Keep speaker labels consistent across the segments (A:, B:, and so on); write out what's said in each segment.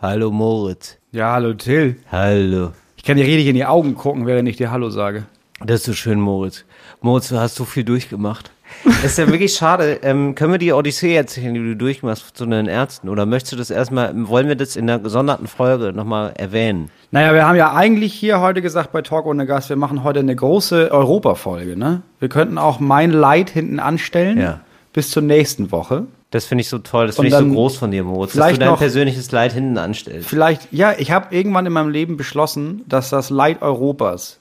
A: Hallo Moritz.
B: Ja, hallo Till.
A: Hallo.
B: Ich kann dir richtig in die Augen gucken, während ich dir Hallo sage.
A: Das ist so schön, Moritz. Moritz, du hast so viel durchgemacht. ist ja wirklich schade. Ähm, können wir die Odyssee erzählen, die du durchmachst zu den Ärzten? Oder möchtest du das erstmal, wollen wir das in einer gesonderten Folge nochmal erwähnen?
B: Naja, wir haben ja eigentlich hier heute gesagt bei Talk ohne Gast, wir machen heute eine große Europa-Folge, ne? Wir könnten auch mein Leid hinten anstellen.
A: Ja.
B: Bis zur nächsten Woche.
A: Das finde ich so toll, das
B: Und
A: finde ich so
B: dann
A: groß von dir, Moritz, dass du
B: vielleicht
A: dein
B: noch-
A: persönliches Leid hinten anstellst.
B: Vielleicht, ja, ich habe irgendwann in meinem Leben beschlossen, dass das Leid Europas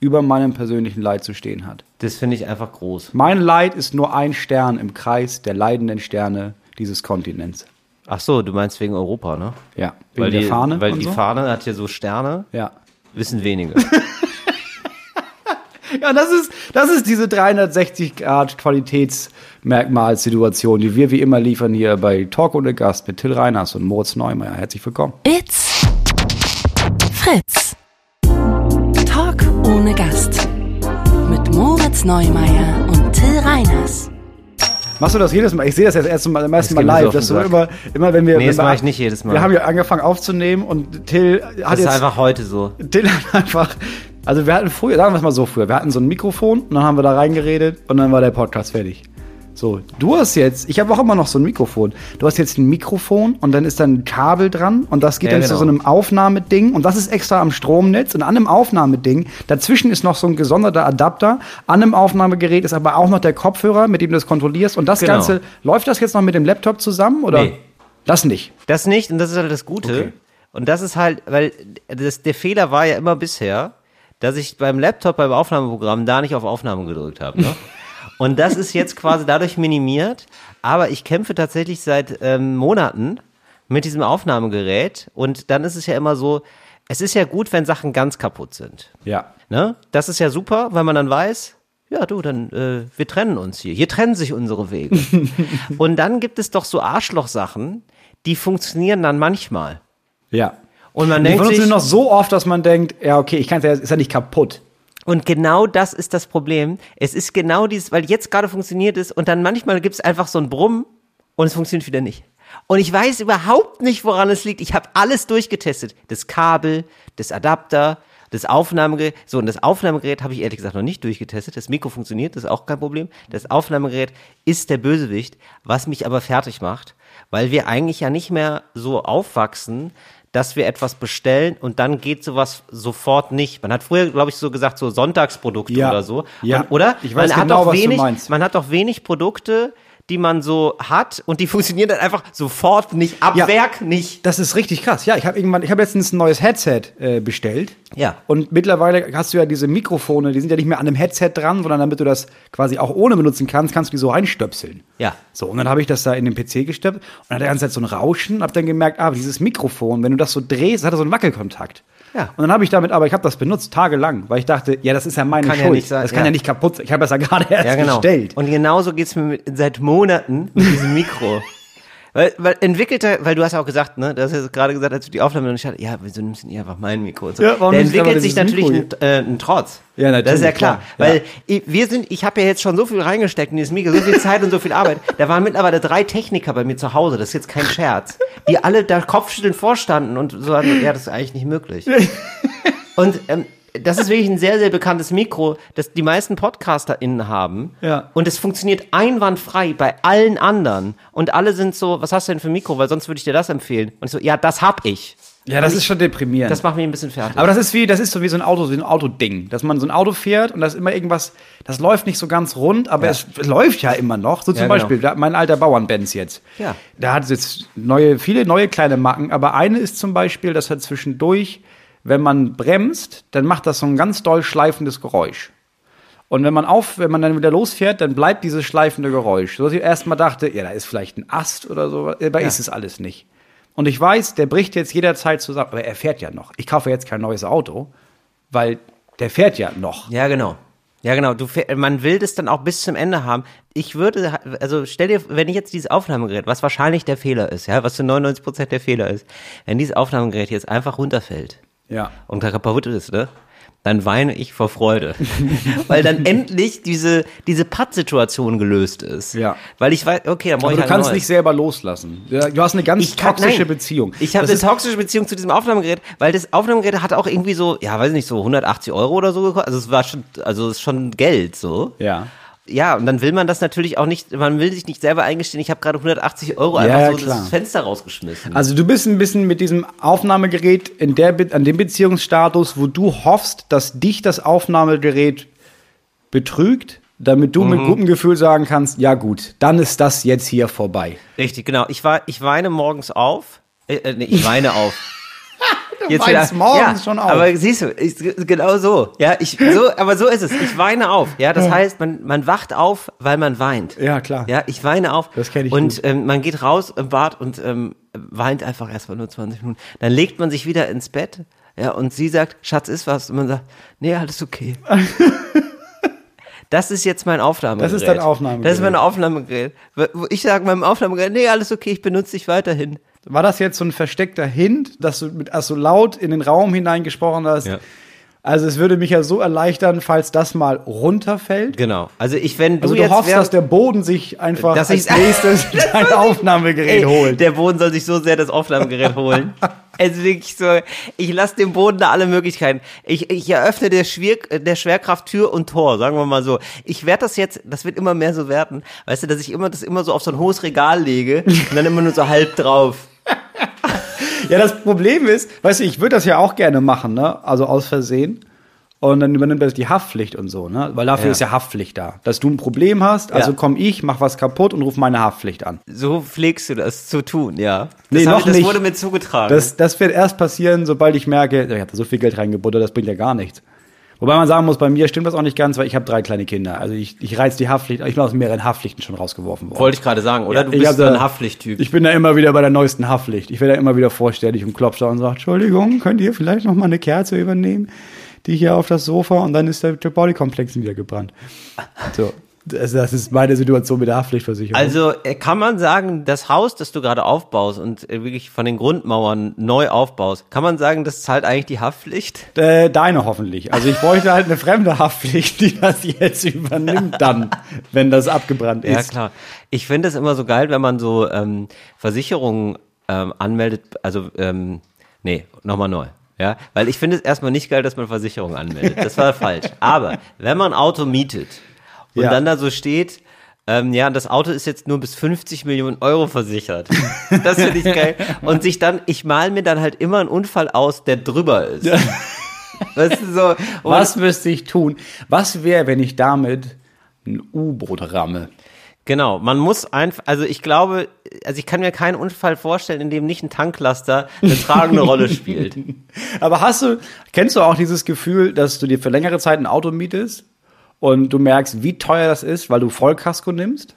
B: über meinem persönlichen Leid zu stehen hat.
A: Das finde ich einfach groß.
B: Mein Leid ist nur ein Stern im Kreis der leidenden Sterne dieses Kontinents.
A: Ach so, du meinst wegen Europa, ne?
B: Ja, wegen
A: Weil
B: der
A: die
B: Fahne.
A: Weil
B: und
A: die
B: so.
A: Fahne hat ja so Sterne,
B: Ja.
A: wissen wenige.
B: Ja, das ist, das ist diese 360-Grad-Qualitätsmerkmalsituation, die wir wie immer liefern hier bei Talk ohne Gast mit Till Reiners und Moritz Neumeier. Herzlich willkommen.
C: It's Fritz. Talk ohne Gast. Mit Moritz Neumeier und Till Reiners.
B: Machst du das jedes Mal? Ich sehe das jetzt erst mal, am ersten Mal
A: geht mir so
B: live.
A: auf den
B: dass du
A: Sack.
B: immer, immer, wenn wir.
A: Nee,
B: wenn
A: das
B: wir-
A: mach ich nicht jedes Mal.
B: Wir haben ja angefangen aufzunehmen und Till hat
A: Das ist
B: jetzt.
A: einfach heute so.
B: Till hat einfach. Also, wir hatten früher, sagen wir es mal so früher, wir hatten so ein Mikrofon und dann haben wir da reingeredet und dann war der Podcast fertig. So, du hast jetzt, ich habe auch immer noch so ein Mikrofon. Du hast jetzt ein Mikrofon und dann ist da ein Kabel dran und das geht
A: Ja,
B: dann
A: genau.
B: zu so einem Aufnahmeding und das ist extra am Stromnetz und an einem Aufnahmeding. Dazwischen ist noch so ein gesonderter Adapter. An einem Aufnahmegerät ist aber auch noch der Kopfhörer, mit dem du das kontrollierst und das
A: Genau.
B: Ganze, läuft das jetzt noch mit dem Laptop zusammen oder?
A: Nee.
B: Das nicht.
A: Das nicht, und das ist halt das Gute.
B: Okay.
A: Und das ist halt, weil das, der Fehler war ja immer bisher, dass ich beim Laptop, beim Aufnahmeprogramm da nicht auf Aufnahme gedrückt habe. Ne? und das ist jetzt quasi dadurch minimiert. Aber ich kämpfe tatsächlich seit ähm, Monaten mit diesem Aufnahmegerät. Und dann ist es ja immer so, es ist ja gut, wenn Sachen ganz kaputt sind.
B: Ja.
A: Ne? Das ist ja super, weil man dann weiß, ja du, dann äh, wir trennen uns hier. Hier trennen sich unsere Wege. Und dann gibt es doch so Arschlochsachen, die funktionieren dann manchmal.
B: Ja.
A: Und man
B: Die
A: denkt
B: benutzen
A: sich,
B: wir noch so oft, dass man denkt, ja, okay, ich kann es ja, ist ja nicht kaputt.
A: und genau das ist das Problem. Es ist genau dieses, weil jetzt gerade funktioniert es und dann manchmal gibt es einfach so ein Brumm und es funktioniert wieder nicht. Und ich weiß überhaupt nicht, woran es liegt. Ich habe alles durchgetestet. Das Kabel, das Adapter, das Aufnahmegerät. So, und das Aufnahmegerät habe ich ehrlich gesagt noch nicht durchgetestet. Das Mikro funktioniert, das ist auch kein Problem. Das Aufnahmegerät ist der Bösewicht, was mich aber fertig macht, weil wir eigentlich ja nicht mehr so aufwachsen, dass wir etwas bestellen und dann geht sowas sofort nicht. Man hat früher, glaube ich, so gesagt, so Sonntagsprodukte
B: Ja.
A: oder so.
B: Ja.
A: Und, oder?
B: Ich weiß
A: man
B: genau,
A: hat doch
B: was du
A: wenig,
B: meinst.
A: Man hat doch wenig Produkte, die man so hat und die funktionieren dann einfach sofort nicht, ab
B: Ja.
A: Werk nicht.
B: Das ist richtig krass. Ja, ich habe irgendwann, ich habe letztens ein neues Headset äh, bestellt.
A: Ja.
B: Und mittlerweile hast du ja diese Mikrofone, die sind ja nicht mehr an dem Headset dran, sondern damit du das quasi auch ohne benutzen kannst, kannst du die so reinstöpseln.
A: Ja.
B: So, und dann habe ich das da in den PC gestöppt und hatte die ganze Zeit so ein Rauschen und habe dann gemerkt, ah, dieses Mikrofon, wenn du das so drehst, hat er so einen Wackelkontakt.
A: Ja.
B: Und dann habe ich damit, aber ich habe das benutzt tagelang, weil ich dachte, ja, das ist ja meine
A: Kann ja
B: Schuld.
A: nicht sein,
B: das kann
A: ja.
B: ja. nicht kaputt sein. Ich habe das ja genau. gerade erst bestellt.
A: genau. Und genauso geht's mir mit, seit Monaten mit diesem Mikro. weil, weil entwickelter, weil du hast ja auch gesagt, ne, du hast ja gerade gesagt, als du die Aufnahme noch nicht hattest, ja, wieso nimmst du nicht einfach mein Mikro und so.
B: Ja, warum
A: da
B: nimmst du
A: entwickelt
B: einfach
A: sich
B: dieses
A: natürlich ein,
B: Mikro
A: äh, ein Trotz.
B: Ja, natürlich,
A: Das ist ja klar.
B: klar, ja.
A: Weil ich, wir sind, ich habe ja jetzt schon so viel reingesteckt in dieses Mikro, so viel Zeit und so viel Arbeit. Da waren mittlerweile drei Techniker bei mir zu Hause, das ist jetzt kein Scherz, die alle da kopfschütteln vorstanden und so, also, ja, das ist eigentlich nicht möglich. Und ähm, das ist wirklich ein sehr, sehr bekanntes Mikro, das die meisten PodcasterInnen haben.
B: Ja.
A: Und es funktioniert einwandfrei bei allen anderen. Und alle sind so, was hast du denn für ein Mikro? Weil sonst würde ich dir das empfehlen. Und ich so, ja, das hab ich.
B: ja, das ist schon deprimierend.
A: Das macht mich ein bisschen fertig.
B: Aber das ist wie, das ist so wie so ein Auto, so ein Autoding, dass man so ein Auto fährt und das immer irgendwas, das läuft nicht so ganz rund, aber es, es läuft ja immer noch. So zum
A: Ja, genau.
B: Beispiel da, mein alter Bauernbenz jetzt.
A: Ja.
B: Da hat es jetzt neue, viele neue kleine Macken, aber eine ist zum Beispiel, dass er zwischendurch, wenn man bremst, dann macht das so ein ganz doll schleifendes Geräusch. Und wenn man auf, wenn man dann wieder losfährt, dann bleibt dieses schleifende Geräusch. So dass ich erstmal dachte, ja, da ist vielleicht ein Ast oder so, aber ist es alles nicht. Und ich weiß, der bricht jetzt jederzeit zusammen, aber er fährt ja noch. Ich kaufe jetzt kein neues Auto, weil der fährt ja noch.
A: ja, genau. Ja, genau. Du, fäh- man will das dann auch bis zum Ende haben. Ich würde, ha- also stell dir, wenn ich jetzt dieses Aufnahmegerät, was wahrscheinlich der Fehler ist, ja, was zu 99 Prozent der Fehler ist, wenn dieses Aufnahmegerät jetzt einfach runterfällt
B: Ja.
A: und kaputt ist, ne? dann weine ich vor Freude. Weil dann endlich diese, diese Pattsituation gelöst ist.
B: Ja.
A: Weil ich weiß, okay, dann brauche
B: Aber
A: ich
B: du
A: halt
B: kannst
A: neues.
B: nicht selber loslassen. Ja, Du hast eine ganz
A: Ich kann-
B: toxische
A: nein.
B: Beziehung.
A: Ich habe
B: Das
A: eine
B: ist-
A: toxische Beziehung zu diesem Aufnahmegerät, weil das Aufnahmegerät hat auch irgendwie so, ja, weiß nicht, so 180 Euro oder so gekostet. Also es war schon, also es ist schon Geld so.
B: Ja.
A: Ja, und dann will man das natürlich auch nicht, man will sich nicht selber eingestehen, ich habe gerade 180 Euro
B: Ja,
A: einfach
B: ja,
A: so
B: klar.
A: das Fenster rausgeschmissen.
B: Also du bist ein bisschen mit diesem Aufnahmegerät in der, Be- an dem Beziehungsstatus, wo du hoffst, dass dich das Aufnahmegerät betrügt, damit du mit
A: Mhm.
B: gutem Gefühl sagen kannst, ja gut, dann ist das jetzt hier vorbei.
A: Richtig, genau. Ich, war, ich weine morgens auf. Äh, äh, nee, ich weine auf.
B: Du weinst morgens schon auf.
A: Aber siehst du, ich, genau so. Ja, ich, so, aber so ist es. Ich weine auf. Ja, das heißt, man, man wacht auf, weil man weint.
B: Ja, klar.
A: Ja, ich weine auf.
B: Das kenn ich
A: Und
B: gut.
A: ähm, man geht raus im Bad und ähm, weint einfach erstmal nur 20 Minuten. Dann legt man sich wieder ins Bett. Ja, und sie sagt, Schatz, ist was? Und man sagt, nee, alles okay. Das ist jetzt mein Aufnahmegerät.
B: Das ist dein Aufnahmegerät.
A: Das ist mein Aufnahmegerät. Wo Ich sage meinem Aufnahmegerät, nee, alles okay, ich benutze dich weiterhin.
B: War das jetzt so ein versteckter Hint, dass du mit also laut in den Raum hineingesprochen hast?
A: Ja.
B: Also es würde mich ja so erleichtern, falls das mal runterfällt.
A: Genau. Also ich, wenn du,
B: Also du,
A: jetzt
B: hoffst, dass
A: wärst-
B: der Boden sich einfach
A: Dass
B: als
A: ich-
B: nächstes dein Aufnahmegerät
A: Ey,
B: holt.
A: Der Boden soll sich so sehr das Aufnahmegerät holen. Also wirklich so, ich lasse dem Boden da alle Möglichkeiten. Ich, ich eröffne der, Schwier der Schwerkraft Tür und Tor, sagen wir mal so. Ich werde das jetzt, das wird immer mehr so werden, weißt du, dass ich immer das immer so auf so ein hohes Regal lege und dann immer nur so halb drauf.
B: Ja, das Problem ist, weißt du, ich würde das ja auch gerne machen, ne? Also aus Versehen. Und dann übernimmt das die Haftpflicht und so, ne? Weil dafür
A: Ja.
B: ist ja Haftpflicht da. Dass du ein Problem hast, also
A: Ja.
B: komm ich, mach was kaputt und ruf meine Haftpflicht an.
A: So pflegst du das zu tun, ja. Das,
B: Nee,
A: hab
B: noch
A: ich, das
B: nicht.
A: wurde mir zugetragen.
B: Das, das wird erst passieren, sobald ich merke, ich habe da so viel Geld reingebuttert, das bringt ja gar nichts. Wobei man sagen muss, bei mir stimmt das auch nicht ganz, weil ich habe drei kleine Kinder. Also ich, ich reiz die Haftpflicht, ich bin aus mehreren Haftpflichten schon rausgeworfen worden.
A: wollte ich gerade sagen, oder? du
B: Ich hab
A: bist so
B: da-
A: ein Haftpflichttyp.
B: Ich bin da immer wieder bei der neuesten Haftpflicht. Ich werde da immer wieder vorstellig und klopft da und sagt, Entschuldigung, könnt ihr vielleicht noch mal eine Kerze übernehmen, die hier auf das Sofa und dann ist der Bodykomplex wieder gebrannt. So, das, das ist meine Situation mit der Haftpflichtversicherung.
A: Also äh, kann man sagen, das Haus, das du gerade aufbaust und äh, wirklich von den Grundmauern neu aufbaust, kann man sagen, das zahlt eigentlich die Haftpflicht?
B: äh, deine hoffentlich. Also ich bräuchte halt eine fremde Haftpflicht, die das jetzt übernimmt dann, wenn das abgebrannt ist.
A: Ja, klar. Ich finde es immer so geil, wenn man so ähm, Versicherungen ähm, anmeldet, also ähm, nee, nochmal neu. Ja, weil ich finde es erstmal nicht geil, dass man Versicherungen anmeldet. Das war falsch. Aber wenn man ein Auto mietet und
B: Ja.
A: dann da so steht, ähm, ja, das Auto ist jetzt nur bis 50 Millionen Euro versichert. Das finde ich geil. Und sich dann, ich mal mir dann halt immer einen Unfall aus, der drüber ist. Weißt du, so, und-
B: Was müsste ich tun? Was wäre, wenn ich damit ein U-Boot ramme?
A: Genau, man muss einfach, also ich glaube, also ich kann mir keinen Unfall vorstellen, in dem nicht ein Tanklaster eine tragende Rolle spielt.
B: Aber hast du, kennst du auch dieses Gefühl, dass du dir für längere Zeit ein Auto mietest und du merkst, wie teuer das ist, weil du Vollkasko nimmst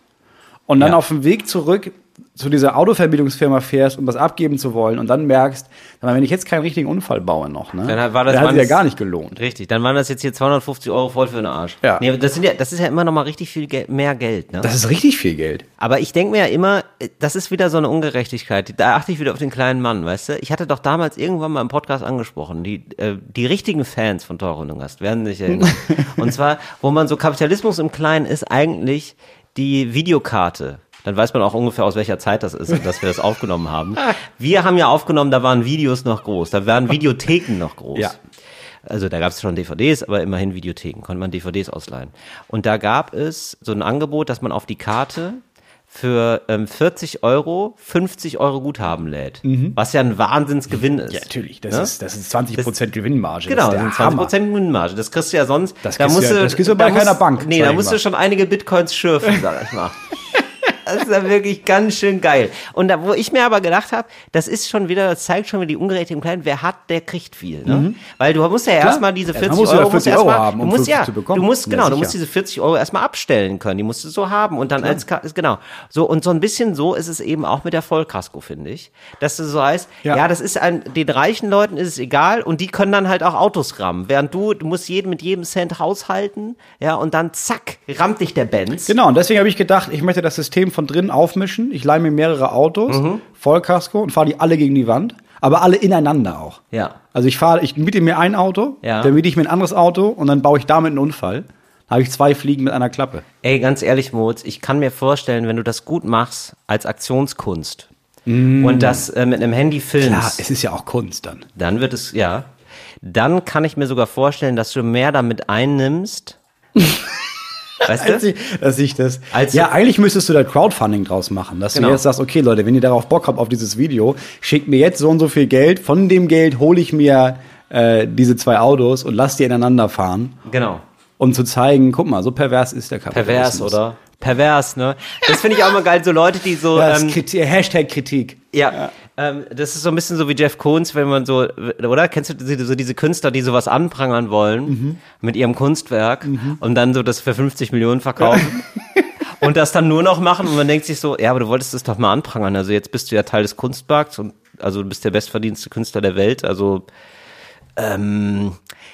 B: und dann
A: Ja.
B: auf dem Weg zurück zu dieser Autovermietungsfirma fährst, um was abgeben zu wollen und dann merkst, sag mal, wenn ich jetzt keinen richtigen Unfall baue noch, ne,
A: Dann war das
B: dann hat
A: waren
B: sich ja
A: das-
B: gar nicht gelohnt.
A: Richtig, dann waren das jetzt hier 250 Euro voll für den Arsch.
B: Ja.
A: Nee, aber das, sind ja, das ist ja immer noch mal richtig viel Gel mehr Geld. Ne?
B: Das ist richtig viel Geld.
A: Aber ich denke mir ja immer, äh, das ist wieder so eine Ungerechtigkeit. Da achte ich wieder auf den kleinen Mann, weißt du? Ich hatte doch damals irgendwann mal im Podcast angesprochen, die, äh, die richtigen Fans von Torrundung und Gast werden sich erinnern. und zwar, wo man so Kapitalismus im Kleinen ist, eigentlich die Videokarte. Dann weiß man auch ungefähr, aus welcher Zeit das ist, und dass wir das aufgenommen haben. Wir haben ja aufgenommen, da waren Videos noch groß, da waren Videotheken noch groß
B: Ja.
A: also da gab es schon DVDs, aber immerhin Videotheken, konnte man DVDs ausleihen. Und da gab es so ein Angebot, dass man auf die Karte für ähm, 40 Euro 50 Euro Guthaben lädt, was ja ein Wahnsinnsgewinn ist.
B: Mhm. Ja, natürlich. Das,
A: Ne?
B: ist, das ist 20% Gewinnmarge.
A: Genau, das
B: das ist
A: sind
B: der
A: 20
B: Hammer.
A: Prozent Gewinnmarge. Das kriegst du ja sonst.
B: Das
A: da
B: kriegst du
A: musst
B: ja- das kriegst du bei
A: da musst-
B: keiner Bank,
A: Nee,
B: sag
A: da
B: ich
A: musst
B: mal.
A: du schon einige Bitcoins schürfen, sag ich mal. Das ist ja wirklich ganz schön geil. Und da, wo ich mir aber gedacht habe, das ist schon wieder, das zeigt schon wieder die Ungerechtigkeit im Kleinen. Wer hat, der kriegt viel. Ne? Weil du musst ja erstmal diese
B: Mhm. Erstmal
A: 40
B: musst du ja
A: Euro, musst
B: 40
A: erstmal,
B: Euro haben, um
A: du musst,
B: 50
A: ja,
B: zu bekommen.
A: Du musst,
B: Ja,
A: genau, du
B: sicher.
A: musst diese 40 Euro erstmal abstellen können. Die musst du so haben und dann als, Ka- genau. So, und so ein bisschen so ist es eben auch mit der Vollkasko, finde ich. Dass du so heißt,
B: Ja.
A: ja, das ist ein, den reichen Leuten ist es egal und die können dann halt auch Autos rammen. Während du, du musst jeden mit jedem Cent haushalten, ja, und dann zack, rammt dich der Benz.
B: Genau, und deswegen habe ich gedacht, ich
A: Mhm.
B: möchte das System von drinnen aufmischen. Ich leihe mir mehrere Autos, Vollkasko und fahre die alle gegen die Wand. Aber alle ineinander auch.
A: Ja.
B: Also ich fahre, ich miete mir ein Auto,
A: Ja.
B: dann miete ich mir ein anderes Auto und dann baue ich damit einen Unfall. Dann habe ich zwei Fliegen mit einer Klappe.
A: Ey, ganz ehrlich, Moritz, ich kann mir vorstellen, wenn du das gut machst als Aktionskunst und das äh, mit einem Handy filmst,
B: Mm. Klar, es ist ja auch Kunst dann.
A: dann wird es, ja, dann kann ich mir sogar vorstellen, dass du mehr damit einnimmst. weißt
B: Als
A: du?
B: ich, dass ich das.
A: Als-
B: ja, eigentlich müsstest du da Crowdfunding draus machen, dass
A: Genau.
B: du jetzt sagst, okay, Leute, wenn ihr darauf Bock habt auf dieses Video, schickt mir jetzt so und so viel Geld. Von dem Geld hole ich mir äh, diese zwei Autos und lass die ineinander fahren,
A: Genau.
B: um zu zeigen, guck mal, so pervers ist der Kapitalismus.
A: Pervers, oder? Pervers, ne? Das finde ich auch immer geil, so Leute, die so.
B: Ja, das
A: ähm,
B: ist Kritik, äh, Hashtag Kritik.
A: Ja. Ähm, das ist so ein bisschen so wie Jeff Koons, wenn man so, oder? Kennst du diese- so diese Künstler, die sowas anprangern wollen
B: Mhm.
A: mit ihrem Kunstwerk und dann so das für 50 Millionen verkaufen? Und das dann nur noch machen und man denkt sich so, ja, aber du wolltest das doch mal anprangern. Also jetzt bist du ja Teil des Kunstmarkts und also du bist der bestverdienste Künstler der Welt. Also ähm,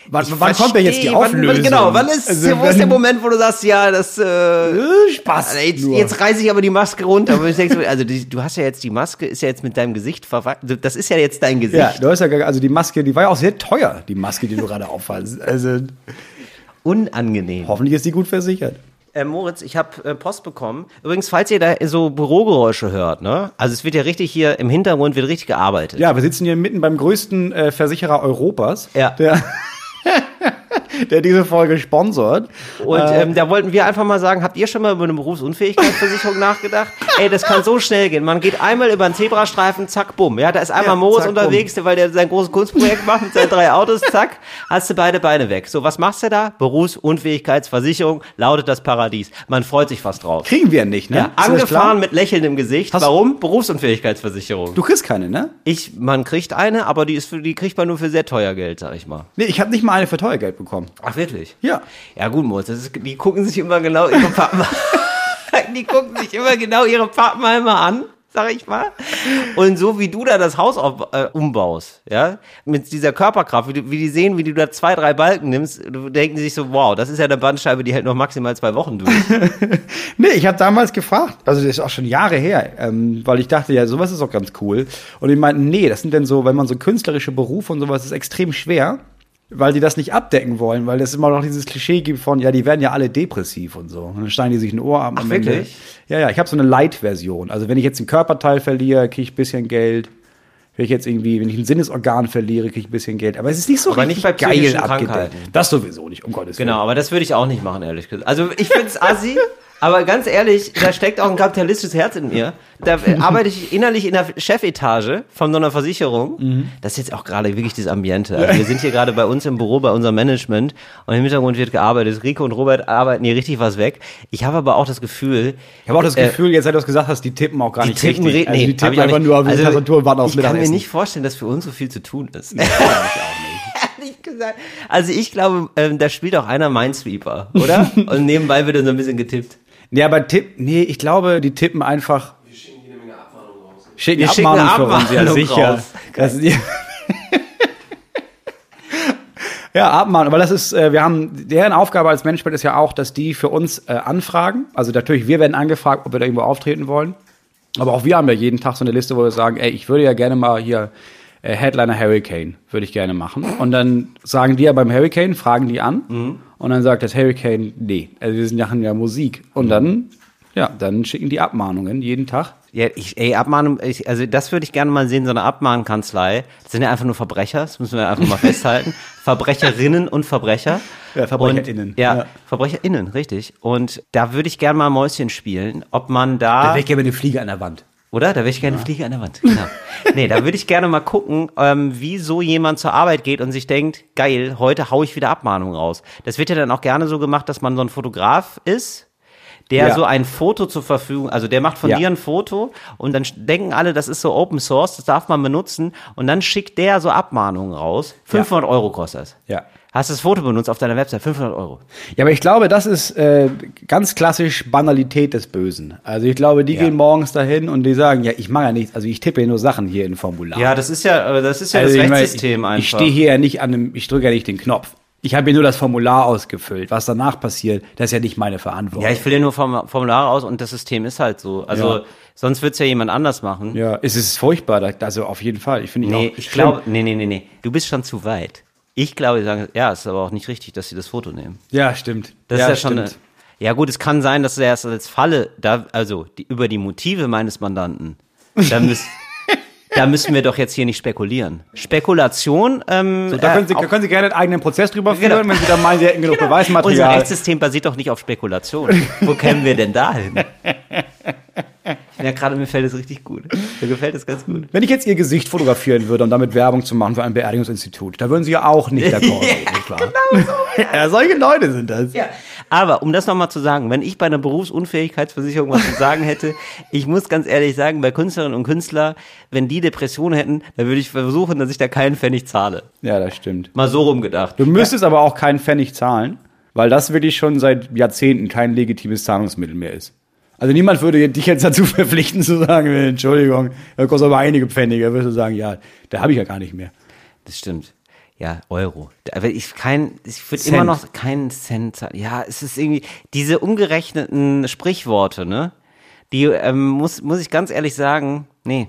B: Wann,
A: ich
B: wann kommt denn jetzt die
A: verstehe, wann- wann-
B: Auflösung?
A: Genau, wann ist,
B: Also
A: wo ist der
B: wenn-
A: Moment, wo du sagst, ja, das äh,
B: Äh, Spaß.
A: also jetzt,
B: nur.
A: jetzt reiße ich aber die Maske runter. Aber ich denke, so, also die, du hast ja jetzt die Maske, ist ja jetzt mit deinem Gesicht verwandt. Das ist ja jetzt dein Gesicht.
B: ja, du hast ja gar, also die Maske, die war ja auch sehr teuer, die Maske, die du gerade auffallst. Also
A: Unangenehm.
B: hoffentlich ist die gut versichert.
A: Äh, Moritz, ich habe äh, Post bekommen. Übrigens, falls ihr da so Bürogeräusche hört, ne? Also es wird ja richtig hier im Hintergrund wird richtig gearbeitet.
B: Ja, wir sitzen hier mitten beim größten äh, Versicherer Europas,
A: Ja.
B: der, der diese Folge sponsort.
A: Und
B: Äh.
A: ähm, da wollten wir einfach mal sagen, habt ihr schon mal über eine Berufsunfähigkeitsversicherung nachgedacht? Ey, das kann so schnell gehen. Man geht einmal über einen Zebrastreifen, zack, bumm. Ja, da ist einmal
B: Ja,
A: Moritz
B: zack,
A: unterwegs, weil der sein großes Kunstprojekt macht mit seinen drei Autos, zack, hast du beide Beine weg. So, was machst du da? Berufsunfähigkeitsversicherung lautet das Paradies. Man freut sich fast drauf.
B: Kriegen wir nicht, ne?
A: Ja,
B: Ist das klar?
A: angefahren mit lächelndem Gesicht.
B: Hast-
A: Warum? Berufsunfähigkeitsversicherung.
B: Du kriegst keine, ne?
A: Ich, man kriegt eine, aber die ist für, die kriegt man nur für sehr teuer Geld, sag ich mal.
B: Nee, ich habe nicht mal eine für teuer Geld bekommen.
A: Ach, wirklich?
B: Ja.
A: Ja, gut, Moritz, das ist, die gucken sich immer genau ihre Pappenheimer, die gucken sich immer genau ihre Pappenheimer an, sag ich mal. Und so wie du da das Haus auf, äh, umbaust, ja, mit dieser Körperkraft, wie, du- wie die sehen, wie du da zwei, drei Balken nimmst, du- denken die sich so, wow, das ist ja eine Bandscheibe, die hält noch maximal zwei Wochen durch.
B: Nee, ich habe damals gefragt, also das ist auch schon Jahre her, ähm, weil ich dachte, ja, sowas ist auch ganz cool. Und die meinten, nee, das sind denn so, wenn man so künstlerische Berufe und sowas ist extrem schwer, weil die das nicht abdecken wollen, weil es immer noch dieses Klischee gibt von, ja, die werden ja alle depressiv und so. Und dann schneiden die sich ein Ohr ab.
A: Ach,
B: am Ende.
A: wirklich?
B: Ja, ja, ich habe so eine Light-Version. Also wenn ich jetzt einen Körperteil verliere, kriege ich ein bisschen Geld. Wenn ich jetzt irgendwie, wenn ich ein Sinnesorgan verliere, kriege ich ein bisschen Geld. Aber es ist nicht so
A: Aber nicht
B: richtig
A: bei
B: geil
A: psychischen
B: abgedeckt.
A: Krankheiten.
B: Das sowieso nicht, um Gottes Willen.
A: Genau, aber das würde ich auch nicht machen, ehrlich gesagt. Also ich find's assi, aber ganz ehrlich, da steckt auch ein kapitalistisches Herz in mir. Da äh, arbeite ich innerlich in der Chefetage von so einer Versicherung.
B: Mhm.
A: Das ist jetzt auch gerade wirklich das Ambiente. Also wir sind hier gerade bei uns im Büro, bei unserem Management und im Hintergrund wird gearbeitet. Rico und Robert arbeiten hier richtig was weg. Ich habe aber auch das Gefühl,
B: Ich habe auch das
A: äh,
B: Gefühl, jetzt seit du das gesagt hast, die tippen auch gar
A: die
B: nicht
A: tippen,
B: richtig.
A: re- nee,
B: also die
A: hab
B: tippen
A: ich auch
B: einfach
A: nicht.
B: nur auf die
A: Also,
B: Tastatur und warten aufs
A: Ich kann mir
B: Mittagessen.
A: nicht vorstellen, dass für uns so viel zu tun ist. Ehrlich gesagt. Also ich glaube, ähm, da spielt auch einer Minesweeper, oder? Und nebenbei wird dann so ein bisschen getippt.
B: nee, aber tipp, nee, ich glaube, die tippen einfach. Wir
A: Wir
B: schicken
A: schicken
B: eine
A: eine
B: Abmahnung raus. Schicken eine Abmahnung
A: Abmahnung
B: für uns, ja sicher.
A: raus.
B: Das, ja. ja, Abmahnung. Aber das ist, äh, wir haben, deren Aufgabe als Management ist ja auch, dass die für uns äh, anfragen. Also natürlich, wir werden angefragt, ob wir da irgendwo auftreten wollen. Aber auch wir haben ja jeden Tag so eine Liste, wo wir sagen, ey, ich würde ja gerne mal hier äh, Headliner Hurricane, würde ich gerne machen. Und dann sagen die ja beim Hurricane, fragen die an. Und dann sagt das Hurricane, nee, also wir sind ja- machen ja Musik. Und dann, ja, dann schicken die Abmahnungen jeden Tag.
A: Ja, ich, ey, Abmahnung, ich, also das würde ich gerne mal sehen, so eine Abmahnkanzlei. Das sind ja einfach nur Verbrecher, das müssen wir einfach mal festhalten. Verbrecherinnen und Verbrecher.
B: Ja, VerbrecherInnen.
A: Und, ja,
B: Ja.
A: VerbrecherInnen, richtig. Und da würde ich gerne mal Mäuschen spielen, ob man da,
B: ich gerne eine Fliege an der Wand.
A: oder? Da würde ich gerne Fliege an der Wand, genau. nee, da würde ich gerne mal gucken, ähm, wie so jemand zur Arbeit geht und sich denkt, geil, heute hau ich wieder Abmahnung raus. Das wird ja dann auch gerne so gemacht, dass man so ein Fotograf ist, der
B: Ja.
A: so ein Foto zur Verfügung, also der macht von
B: Ja.
A: dir ein Foto und dann sch- denken alle, das ist so Open Source, das darf man benutzen und dann schickt der so Abmahnungen raus. 500 Euro kostet das.
B: Ja.
A: Hast das Foto benutzt auf deiner Website, 500 Euro.
B: Ja, aber ich glaube, das ist äh, ganz klassisch Banalität des Bösen. Also ich glaube, die gehen morgens dahin und die sagen, ja, ich mache ja nichts, also ich tippe ja nur Sachen hier in Formular.
A: Ja, das ist ja, das ist ja
B: also
A: das
B: ich meine,
A: Rechtssystem
B: ich,
A: einfach.
B: Ich stehe hier ja nicht an einem, ich drücke ja nicht den Knopf. Ich habe hier nur das Formular ausgefüllt. Was danach passiert, das ist ja nicht meine Verantwortung.
A: Ja, ich fülle nur Form- Formulare aus und das System ist halt so. Also
B: Ja.
A: sonst wird es ja jemand anders machen.
B: Ja, es ist furchtbar. da- Also auf jeden Fall. Ich finde ihn
A: Nee,
B: auch
A: ich
B: schlimm.
A: glaube, nee, nee, nee, nee. Du bist schon zu weit. Ich glaube, die sagen, ja, es ist aber auch nicht richtig, dass sie das Foto nehmen.
B: Ja, stimmt.
A: Das ist ja schon eine,
B: stimmt.
A: Ja, gut, es kann sein, dass er erst als Falle, da, also die, über die Motive meines Mandanten, da, müß, da müssen wir doch jetzt hier nicht spekulieren. Spekulation, ähm,
B: So, da können Sie,
A: äh, auch-
B: können Sie gerne einen eigenen Prozess drüber führen,
A: Genau.
B: wenn Sie dann meinen, Sie hätten genug
A: unser
B: Beweismaterial.
A: Rechtssystem basiert doch nicht auf Spekulation. Wo kämen wir denn da hin? Ich bin ja gerade, mir fällt es richtig gut. Mir gefällt es ganz gut.
B: Wenn ich jetzt Ihr Gesicht fotografieren würde, um damit Werbung zu machen für ein Beerdigungsinstitut, da würden Sie ja auch nicht d'accord sein. nicht wahr?
A: genau.
B: ja, solche Leute sind das.
A: Ja. Aber um das nochmal zu sagen, wenn ich bei einer Berufsunfähigkeitsversicherung was zu sagen hätte, ich muss ganz ehrlich sagen, bei Künstlerinnen und Künstlern, wenn die Depressionen hätten, dann würde ich versuchen, dass ich da keinen Pfennig zahle.
B: Ja, das stimmt.
A: Mal so rumgedacht.
B: Du müsstest aber auch keinen Pfennig zahlen, weil das wirklich schon seit Jahrzehnten kein legitimes Zahlungsmittel mehr ist. Also niemand würde dich jetzt dazu verpflichten zu sagen, Entschuldigung, da kostet aber einige Pfennige. Da würdest du sagen, ja, da habe ich ja gar nicht mehr.
A: Das stimmt. Ja, Euro. Aber ich kein, ich würde
B: Cent.
A: immer noch keinen Cent zahlen. Ja, es ist irgendwie diese umgerechneten Sprichworte, ne? Die ähm, muss muss ich ganz ehrlich sagen, nee.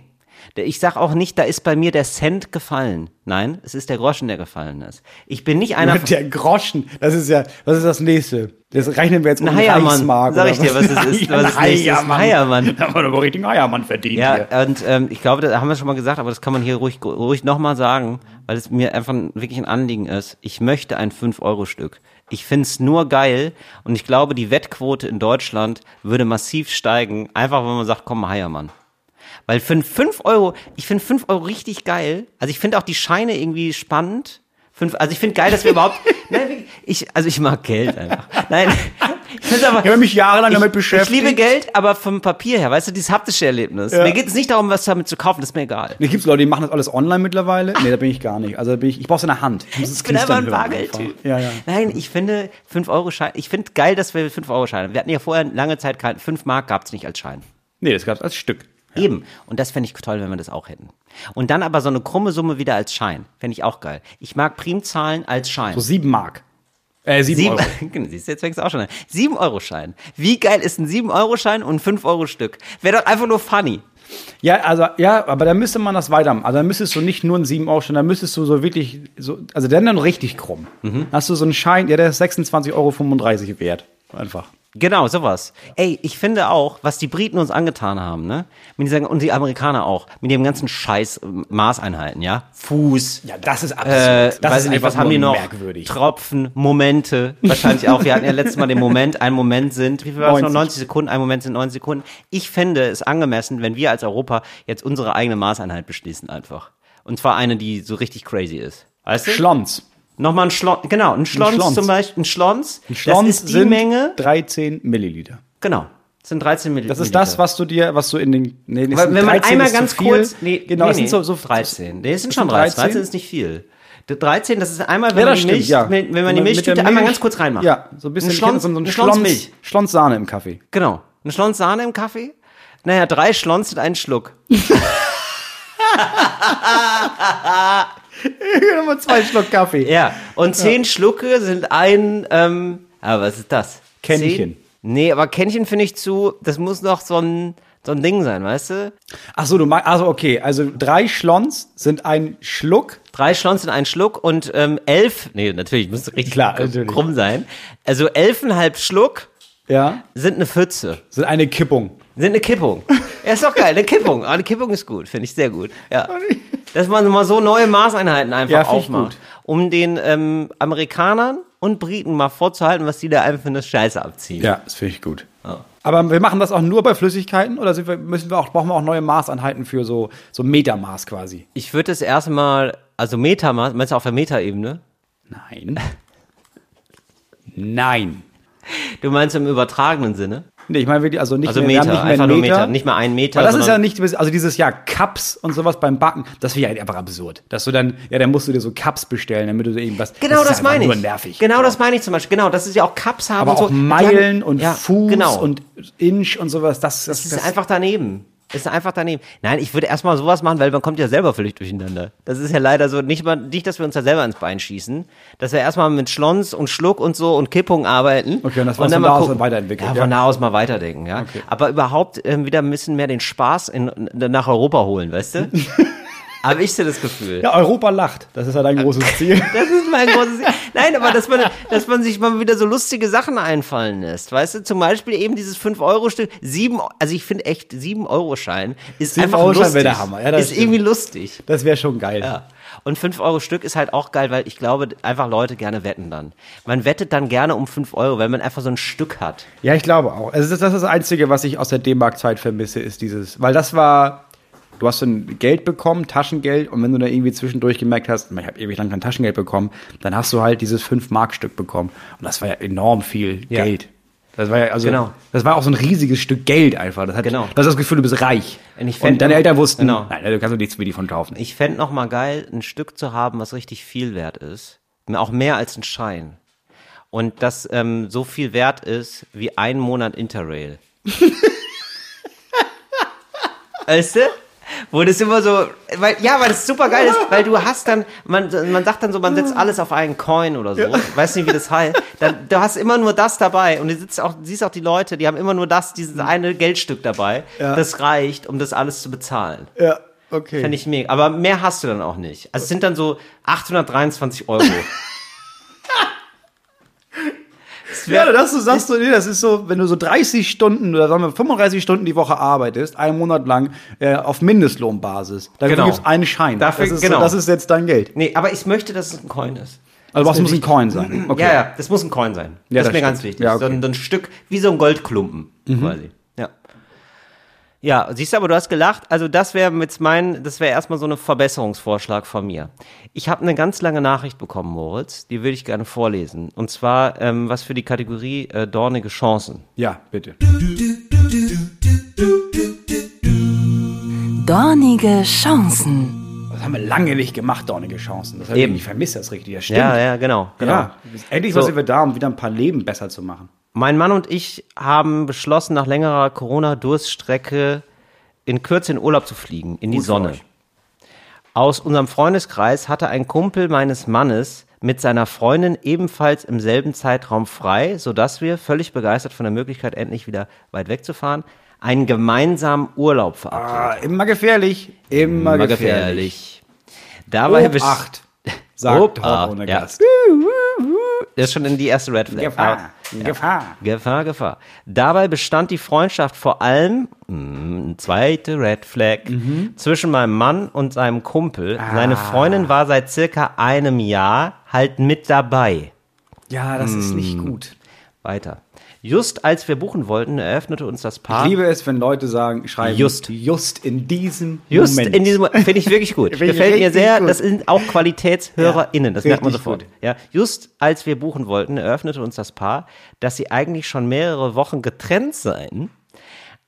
A: Der- Ich sag auch nicht, da ist bei mir der Cent gefallen. Nein, es ist der Groschen, der gefallen ist. Ich bin nicht einer.
B: Mit der Groschen, das ist ja, was ist das nächste? Das rechnen wir jetzt um
A: Ein Heiermann.
B: Reichsmark.
A: Sag
B: oder
A: ich dir, was es ist, was es
B: Ein
A: nächstes ist. Ein Heiermann.
B: Da haben wir aber richtig einen Heiermann verdient. hier.
A: Ja, und ähm, ich glaube, da haben wir schon mal gesagt, aber das kann man hier ruhig, ruhig nochmal sagen, weil es mir einfach wirklich ein Anliegen ist. Ich möchte ein 5-Euro-Stück. Ich find's nur geil und ich glaube, die Wettquote in Deutschland würde massiv steigen, einfach wenn man sagt, komm, Heiermann. Weil für ein 5 Euro, ich finde 5 Euro richtig geil. Also ich finde auch die Scheine irgendwie spannend. Fünf, also ich finde geil, dass wir überhaupt. Nein, wirklich, ich, also ich mag Geld einfach. Nein, ich finde aber.
B: Ich habe mich jahrelang damit beschäftigt.
A: Ich liebe Geld, aber vom Papier her, weißt du, dieses haptische Erlebnis.
B: Ja.
A: Mir geht es nicht darum, was damit zu kaufen, das ist mir egal.
B: Nee, gibt's Leute, die machen das alles online mittlerweile? Nee, da bin ich gar nicht. Also da bin ich, ich brauche es in der Hand. Ich, muss das
A: Ich bin einfach
B: Knistern
A: ein
B: hören
A: Bargeldtyp.
B: einfach. Ja, ja.
A: Nein, ich finde 5 Euro Schein, ich finde geil, dass wir 5 Euro Scheine. Wir hatten ja vorher lange Zeit keinen 5 Mark gab es nicht als Schein.
B: Nee, das gab's als Stück.
A: Eben. Und das fände ich toll, wenn wir das auch hätten. Und dann aber so eine krumme Summe wieder als Schein. Fände ich auch geil. Ich mag Primzahlen als Schein.
B: So sieben Mark. Äh, sieben,
A: Sieben,
B: Euro.
A: Genau, siehst du, jetzt fängst du auch schon an. Sieben Euro Schein. Wie geil ist ein Sieben Euro Schein und ein Fünf Euro Stück? Wäre doch einfach nur funny.
B: Ja, also, ja, aber da müsste man das weitermachen. Also da müsstest du nicht nur einen sieben Euro stellen, da müsstest du so wirklich, so, also dann dann richtig krumm. Hast du so einen Schein, ja, der ist 26,35 Euro wert. Einfach.
A: Genau, sowas. Ey, ich finde auch, was die Briten uns angetan haben, ne? Mit dieser, und die Amerikaner auch, mit dem ganzen Scheiß äh, Maßeinheiten, ja? Fuß.
B: Ja, das ist absurd.
A: Äh,
B: das
A: weiß
B: ist
A: ich nicht,
B: einfach
A: was haben
B: nur
A: die noch?
B: merkwürdig.
A: Tropfen, Momente, wahrscheinlich auch. Wir hatten ja letztes Mal den Moment, ein Moment sind, wie viel war es noch?
B: 90.
A: 90 Sekunden, ein Moment sind 90 Sekunden. Ich fände es angemessen, wenn wir als Europa jetzt unsere eigene Maßeinheit beschließen einfach. Und zwar eine, die so richtig crazy ist. Weißt du?
B: Schlons.
A: Nochmal ein Schlons, genau, ein Schlons,
B: Schlons.
A: zum Beispiel, ein Schlons.
B: Ein Schlons
A: das ist die
B: sind
A: Menge,
B: 13 Milliliter.
A: genau, das sind 13 Milliliter.
B: Das ist das, was du dir, was du in den. Nee, das
A: Weil
B: sind
A: wenn man
B: 13
A: einmal
B: ist zu
A: ganz
B: viel.
A: kurz, nee,
B: genau,
A: nee,
B: das sind
A: nee,
B: so, so
A: 13. Nee, es sind
B: das
A: schon
B: sind
A: 13.
B: 13.
A: 13 ist nicht viel. D- 13, das ist einmal, wenn
B: Ja,
A: man
B: das
A: die
B: stimmt,
A: Milch,
B: ja.
A: wenn wenn man die
B: mit
A: Milchstüte
B: der
A: einmal
B: Milch-
A: ganz kurz reinmacht.
B: Ja, so ein bisschen
A: ein Schlons,
B: so ein
A: ein Schlons
B: Schlons,
A: Milch.
B: Schlons Sahne im Kaffee.
A: Genau. Ein Schlons Sahne im Kaffee? Naja, drei Schlons sind ein Schluck.
B: Nochmal zwei Schluck Kaffee.
A: Ja. Und zehn Schlucke sind ein, ähm, aber was ist das?
B: Kännchen.
A: Zehn? Nee, aber Kännchen finde ich zu, das muss noch so ein, so ein Ding sein, weißt du?
B: Ach so, du magst, also okay, also drei Schlons sind ein Schluck.
A: Drei Schlons in einen Schluck und ähm, elf, nee, natürlich, muss richtig
B: Klar,
A: kr-
B: natürlich.
A: krumm sein. Also elfenhalb Schluck
B: Ja,
A: sind eine Pfütze.
B: sind eine Kippung.
A: Sind eine Kippung. Ja, ist doch geil, eine Kippung. Aber eine Kippung ist gut, finde ich sehr gut. Ja. Dass man mal so neue Maßeinheiten einfach
B: Ja, find ich
A: aufmacht, um den ähm, Amerikanern und Briten mal vorzuhalten, was die da einfach für eine Scheiße abziehen.
B: Ja, das finde ich gut. Aber wir machen das auch nur bei Flüssigkeiten oder sind wir, müssen wir auch, brauchen wir auch neue Maßeinheiten für so, so Metermaß quasi?
A: Ich würde das erstmal, also Metamaß, meinst du auf der Metaebene?
B: Nein. Nein.
A: Du meinst im übertragenen Sinne?
B: Nee, ich meine wirklich, also nicht
A: Also
B: mehr,
A: Meter,
B: wir haben nicht mehr
A: einfach
B: einen
A: nur
B: Meter.
A: Meter, nicht mehr ein Meter.
B: Weil das ist ja
A: sondern-
B: nicht, also dieses Jahr Cups und sowas beim Backen, das wäre ja halt einfach absurd. Dass du dann, ja, dann musst du dir so Cups bestellen, damit du dir irgendwas.
A: Genau
B: ist
A: das,
B: einfach
A: meine ich.
B: Nur nervig.
A: Genau das meine ich zum Beispiel. Genau, das ist ja auch Cups haben
B: Aber
A: und so.
B: auch Meilen
A: Die haben-
B: und
A: ja,
B: Fuß
A: genau.
B: und Inch und sowas, das, das,
A: Das ist einfach daneben. Ist einfach daneben. Nein, ich würde erstmal sowas machen, weil man kommt ja selber völlig durcheinander. Das ist ja leider so. Nicht, mal, nicht dass wir uns da selber ins Bein schießen. Dass wir erstmal mit Schlons und Schluck und so und Kippung arbeiten.
B: Okay, und das war's von
A: mal
B: da aus
A: gucken.
B: dann weiterentwickelt,
A: Ja,
B: ja.
A: von da aus mal weiterdenken, ja. Aber überhaupt ähm, wieder ein bisschen mehr den Spaß in, nach Europa holen, weißt du? Habe ich so das Gefühl.
B: Ja, Europa lacht. Das ist ja dein großes Ziel.
A: Das ist mein großes. Nein, aber dass man, dass man sich mal wieder so lustige Sachen einfallen lässt. Weißt du, zum Beispiel eben dieses 5-Euro-Stück. sieben. also ich finde echt, 7-Euro-Schein ist
B: Sieben
A: einfach
B: Euro Schein
A: lustig.
B: wäre der Hammer. Ja, das
A: ist
B: stimmt.
A: irgendwie lustig.
B: Das wäre schon geil.
A: Ja. Und 5-Euro-Stück ist halt auch geil, weil ich glaube, einfach Leute gerne wetten dann. Man wettet dann gerne um 5 Euro, weil man einfach so ein Stück hat.
B: Ja, ich glaube auch. Also das, das ist das Einzige, was ich aus der D-Mark-Zeit vermisse, ist dieses, weil das war, du hast dann Geld bekommen, Taschengeld, und wenn du da irgendwie zwischendurch gemerkt hast, ich habe ewig lang kein Taschengeld bekommen, dann hast du halt dieses 5-Mark-Stück bekommen. Und das war ja enorm viel
A: Ja.
B: Geld. Das war ja, also,
A: Genau.
B: das war auch so ein riesiges Stück Geld einfach. Das hat,
A: Genau.
B: Das ist das Gefühl, du bist reich.
A: Und ich fänd-
B: und deine Eltern wussten,
A: Genau.
B: nein, also, du kannst doch nichts mit die von kaufen.
A: Ich fände noch mal geil, ein Stück zu haben, was richtig viel wert ist. Auch mehr als ein Schein. Und das ähm, so viel wert ist wie ein Monat Interrail. weißt du? Wo das immer so, weil, ja, weil das super geil ist, weil du hast dann, man, man sagt dann so, man setzt alles auf einen Coin oder so, weiß nicht, wie das heißt, dann, du hast immer nur das dabei und du sitzt auch, siehst auch die Leute, die haben immer nur das, dieses eine Geldstück dabei, das reicht, um das alles zu bezahlen.
B: Ja, okay.
A: Fände ich mega. Aber mehr hast du dann auch nicht. Also es sind dann so 823 Euro. Es wär-
B: Ja, dass du sagst, so, nee, das ist so, wenn du so 30 Stunden oder sagen wir 35 Stunden die Woche arbeitest, einen Monat lang äh, auf Mindestlohnbasis, dann
A: Genau.
B: gibt's einen Schein.
A: Dafür-
B: das, ist
A: genau.
B: so, das ist jetzt dein Geld.
A: Nee, aber ich möchte, dass es ein Coin ist.
B: Also das muss ein
A: wichtig.
B: Coin sein. Okay.
A: Ja, ja, das muss ein Coin sein.
B: Ja,
A: das ist
B: das
A: mir ganz
B: stimmt.
A: wichtig.
B: Ja, okay. Mhm.
A: so, ein, so ein Stück, wie so ein Goldklumpen quasi. Ja. Ja, siehst du, aber du hast gelacht. Also das wäre mit mein, das wäre erstmal so ein Verbesserungsvorschlag von mir. Ich habe eine ganz lange Nachricht bekommen, Moritz. Die würde ich gerne vorlesen. Und zwar ähm, was für die Kategorie äh, dornige Chancen.
B: Ja, bitte.
C: Dornige Chancen.
B: Das haben wir lange nicht gemacht, dornige Chancen. Das heißt,
A: Eben.
B: Ich vermisse das richtig, das stimmt.
A: Ja, ja, genau, genau.
B: Ja, endlich
A: So.
B: sind wir da, um wieder ein paar Leben besser zu machen.
A: Mein Mann und ich haben beschlossen, nach längerer Corona-Durststrecke in Kürze in Urlaub zu fliegen, in die
B: Gut für
A: Sonne.
B: euch.
A: Aus unserem Freundeskreis hatte ein Kumpel meines Mannes mit seiner Freundin ebenfalls im selben Zeitraum frei, sodass wir, völlig begeistert von der Möglichkeit, endlich wieder weit wegzufahren, einen gemeinsamen Urlaub verabreden.
B: Ah, immer gefährlich. Immer, Ah, gefährlich. Oh,
A: Dabei bes-
B: Obacht, sagt
A: Obacht,
B: Horror ohne
A: ja.
B: Gast.
A: Das ist schon in die erste Red Flag. Aber-
B: Gefahr, Gefahr.
A: Gefahr, Gefahr. Dabei bestand die Freundschaft vor allem, mh, zweite Red Flag,
B: Mhm.
A: zwischen meinem Mann und seinem Kumpel.
B: Ah.
A: Seine Freundin war seit circa einem Jahr halt mit dabei.
B: Ja, das ist nicht
A: Hm.
B: gut.
A: Weiter. Just als wir buchen wollten, eröffnete uns das Paar.
B: Ich liebe es, wenn Leute sagen, schreiben,
A: Ah. Just.
B: just in diesem
A: Just
B: Moment.
A: in diesem finde ich wirklich gut.
B: Finde ich
A: Gefällt mir
B: richtig
A: sehr,
B: gut.
A: das sind auch QualitätshörerInnen, das
B: Ja,
A: merkt man
B: richtig
A: sofort.
B: gut.
A: Ja, just als wir buchen wollten, eröffnete uns das Paar, dass sie eigentlich schon mehrere Wochen getrennt seien,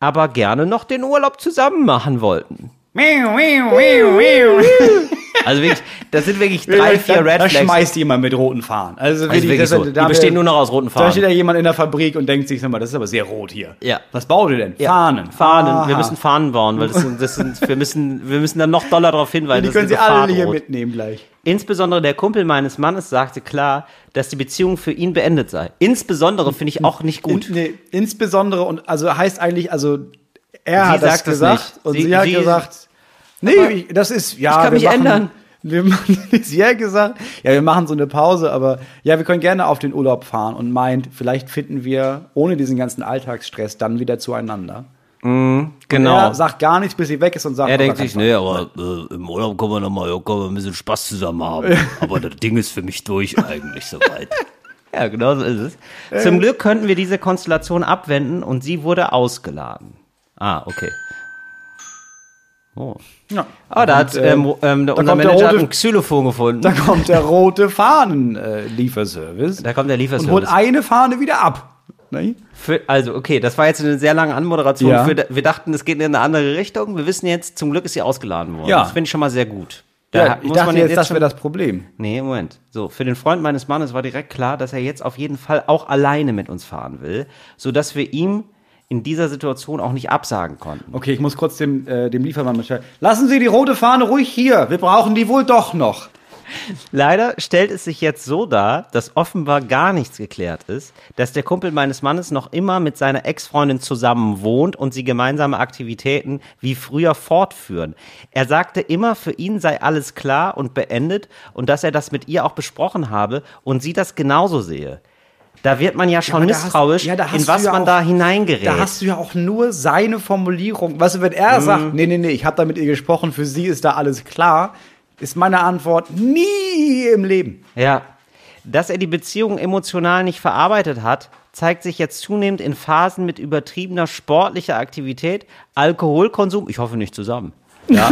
A: aber gerne noch den Urlaub zusammen machen wollten.
B: Miau, miau, miau, miau.
A: Also wirklich, das sind wirklich drei, vier Red
B: Da
A: Flags.
B: schmeißt jemand mit roten Fahnen. Also,
A: Also wirklich
B: das-
A: so.
B: da
A: Die
B: haben wir-
A: bestehen nur noch aus roten
B: Da
A: Fahnen.
B: steht da jemand in der Fabrik und denkt sich, sag mal, das ist aber sehr rot hier.
A: Ja.
B: Was baut ihr denn?
A: Ja,
B: Fahnen.
A: Fahnen.
B: Aha.
A: Wir müssen Fahnen bauen, weil das sind, das sind, wir müssen, wir müssen dann noch doller darauf hinweisen.
B: Die
A: dass
B: können sie
A: diese
B: alle
A: Farbe
B: hier
A: rot
B: mitnehmen gleich.
A: Insbesondere der Kumpel meines Mannes sagte klar, dass die Beziehung für ihn beendet sei. Insbesondere finde ich auch nicht gut.
B: In, nee, insbesondere, und also heißt eigentlich, also er
A: Sie
B: hat das
A: sagt es
B: gesagt
A: nicht.
B: und
A: Sie-
B: sie, hat
A: sie-
B: gesagt, nee, ich, das ist, ja,
A: Ich kann
B: wir
A: mich
B: machen,
A: ändern.
B: Wir machen, sie hat gesagt, ja, wir machen so eine Pause, aber ja, wir können gerne auf den Urlaub fahren und meint, vielleicht finden wir ohne diesen ganzen Alltagsstress dann wieder zueinander.
A: genau.
B: Er sagt gar nichts, bis sie weg ist und sagt, oh
A: Er denkt
B: aber
A: sich,
B: ganz-
D: Nee, aber äh, im Urlaub kommen wir nochmal, ja, können wir ein bisschen Spaß zusammen haben. Aber das Ding ist für mich durch eigentlich soweit. Äh.
A: ja, genau so ist es. Zum Glück könnten wir diese Konstellation abwenden und sie wurde ausgeladen. Ah, okay. Oh.
B: ja.
A: Aber da hat
B: Und, äh,
A: ähm, ähm, der, unser
B: kommt der
A: Manager hat
B: rote-
A: einen Xylophon gefunden.
B: Da kommt der rote Fahnen-Lieferservice
A: Da kommt der
B: und holt
A: Lieferservice.
B: eine Fahne wieder ab. Ne?
A: Für, also, okay, das war jetzt eine sehr lange Anmoderation.
B: Ja.
A: Für, wir dachten, es geht in eine andere Richtung. Wir wissen jetzt, zum Glück ist sie ausgeladen worden.
B: Ja.
A: Das finde ich schon mal sehr gut. Da
B: Ja, ich
A: muss
B: dachte
A: man
B: jetzt, das
A: schon-
B: wäre das Problem.
A: Nee, Moment. So, für den Freund meines Mannes war direkt klar, dass er jetzt auf jeden Fall auch alleine mit uns fahren will, sodass wir ihm in dieser Situation auch nicht absagen konnten.
B: Okay, ich muss kurz dem, äh, dem Liefermann Bescheid. Lassen Sie die rote Fahne ruhig hier. Wir brauchen die wohl doch noch.
A: Leider stellt es sich jetzt so dar, dass offenbar gar nichts geklärt ist, dass der Kumpel meines Mannes noch immer mit seiner Ex-Freundin zusammen wohnt und sie gemeinsame Aktivitäten wie früher fortführen. Er sagte immer, für ihn sei alles klar und beendet und dass er das mit ihr auch besprochen habe und sie das genauso sehe. Da wird man ja schon
B: aber da hast-
A: misstrauisch,
B: ja, da hast
A: in
B: du
A: was
B: ja
A: man
B: auch-
A: da hineingerät. Mhm.
B: Da hast du ja auch nur seine Formulierung. Weißt du, wenn er sagt, nee, nee, nee, ich habe da mit ihr gesprochen, für sie ist da alles klar, ist meine Antwort nie im Leben.
A: Ja. Dass er die Beziehung emotional nicht verarbeitet hat, zeigt sich jetzt zunehmend in Phasen mit übertriebener sportlicher Aktivität, Alkoholkonsum, ich hoffe nicht zusammen. Ja.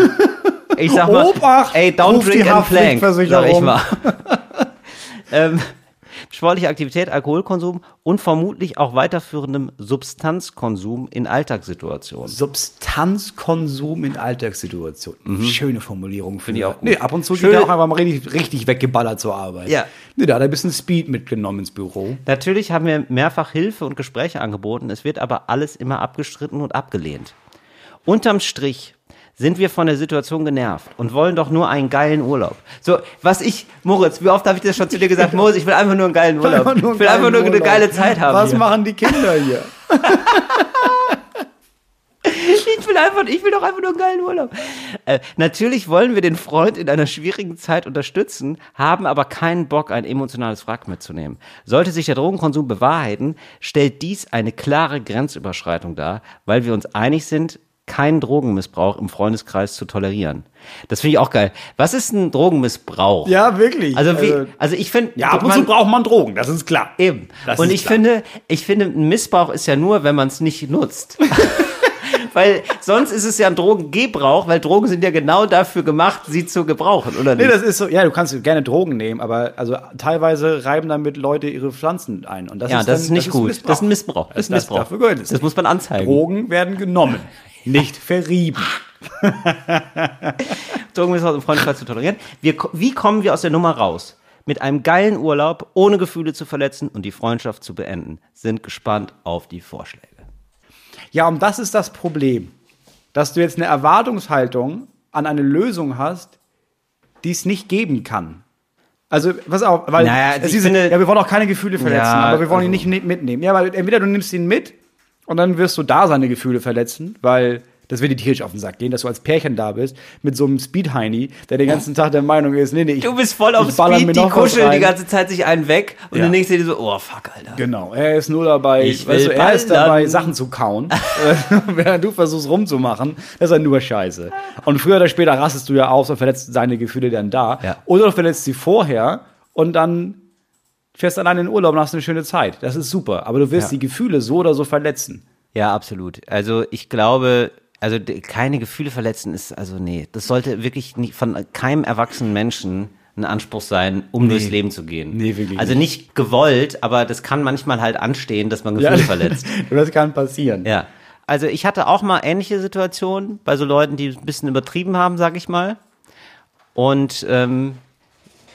A: Ich sag mal,
B: Obacht,
A: ey, don't
B: ruft die
A: drink and plank, sag ich
B: Haftpflichtversicherung.
A: mal. ähm, sportliche Aktivität, Alkoholkonsum und vermutlich auch weiterführendem Substanzkonsum in Alltagssituationen.
B: Substanzkonsum in Alltagssituationen. Schöne Formulierung. Finde
A: Mhm. ich auch gut.
B: Nee, ab und zu
A: Schöne-
B: geht er auch einfach mal richtig, richtig weggeballert zur Arbeit.
A: Ja.
B: Nee, da hat er ein bisschen Speed mitgenommen ins Büro.
A: Natürlich haben wir mehrfach Hilfe und Gespräche angeboten, es wird aber alles immer abgestritten und abgelehnt. Unterm Strich sind wir von der Situation genervt und wollen doch nur einen geilen Urlaub. So, was ich, Moritz, wie oft habe ich das schon zu dir gesagt, Moritz, ich will einfach nur einen geilen Urlaub.
B: Einfach nur
A: ich will einfach
B: einen
A: nur eine
B: Urlaub.
A: geile Zeit haben.
B: Was
A: hier.
B: machen die Kinder hier?
A: Ich will einfach, ich will doch einfach nur einen geilen Urlaub. Äh, natürlich wollen wir den Freund in einer schwierigen Zeit unterstützen, haben aber keinen Bock, ein emotionales Wrack mitzunehmen. Sollte sich der Drogenkonsum bewahrheiten, stellt dies eine klare Grenzüberschreitung dar, weil wir uns einig sind, keinen Drogenmissbrauch im Freundeskreis zu tolerieren. Das finde ich auch geil. Was ist ein Drogenmissbrauch?
B: Ja, wirklich.
A: Also, wie, also ich finde,
B: ja, ab und zu braucht man Drogen, das ist klar.
A: Eben.
B: Das
A: und
B: ist
A: ich
B: klar.
A: finde, ich finde, ein Missbrauch ist ja nur, wenn man es nicht nutzt. weil sonst ist es ja ein Drogengebrauch, weil Drogen sind ja genau dafür gemacht, sie zu gebrauchen, oder
B: Nee,
A: nicht?
B: das ist so, ja, du kannst gerne Drogen nehmen, aber also teilweise reiben damit Leute ihre Pflanzen ein. Und das
A: ja,
B: ist
A: das
B: dann,
A: ist nicht gut.
B: Missbrauch.
A: das ist ein Missbrauch. Das ist ein
B: Das-
A: Missbrauch.
B: dafür gehört es
A: das muss man anzeigen.
B: Drogen werden genommen, nicht verrieben.
A: Drogenmissbrauch im Freundeskreis zu tolerieren. Wir, ko- wie kommen wir aus der Nummer raus? Mit einem geilen Urlaub, ohne Gefühle zu verletzen und die Freundschaft zu beenden. Sind gespannt auf die Vorschläge.
B: Ja, und das ist das Problem, dass du jetzt eine Erwartungshaltung an eine Lösung hast, die es nicht geben kann. Also, pass auf, weil
A: Naja,
B: es
A: ich
B: diese,
A: finde-
B: ja, wir wollen auch keine Gefühle verletzen,
A: Ja,
B: aber wir wollen ihn
A: also-
B: nicht mit- mitnehmen. Ja, weil entweder du nimmst ihn mit und dann wirst du da seine Gefühle verletzen, weil das wird dir tierisch auf den Sack gehen, dass du als Pärchen da bist mit so einem Speed-Heini, der den ganzen Tag der Meinung ist, nee, nee, ich
A: Du bist voll auf
B: ich baller mir
A: Speed, die
B: noch was
A: kuscheln die
B: rein.
A: ganze Zeit sich einen weg und
B: Ja.
A: dann denkst du dir so, oh fuck, Alter.
B: Genau, er ist nur dabei,
A: Ich
B: weißt du,
A: will
B: er ist
A: ballern.
B: dabei, Sachen zu kauen. Äh, Während du versuchst rumzumachen, das ist ja nur Scheiße. Und früher oder später rastest du ja aus und verletzt seine Gefühle dann da.
A: Ja.
B: Oder du verletzt sie vorher und dann fährst allein in den Urlaub und hast eine schöne Zeit. Das ist super. Aber du wirst
A: Ja.
B: die Gefühle so oder so verletzen.
A: Ja, absolut. Also ich glaube, also d- keine Gefühle verletzen ist, also nee, das sollte wirklich nie, von keinem erwachsenen Menschen ein Anspruch sein, um durchs Leben zu gehen.
B: Nee, wirklich
A: Also nicht gewollt, aber das kann manchmal halt anstehen, dass man Gefühle verletzt.
B: das kann passieren.
A: Ja. Also ich hatte auch mal ähnliche Situationen bei so Leuten, die ein bisschen übertrieben haben, sag ich mal. Und ähm,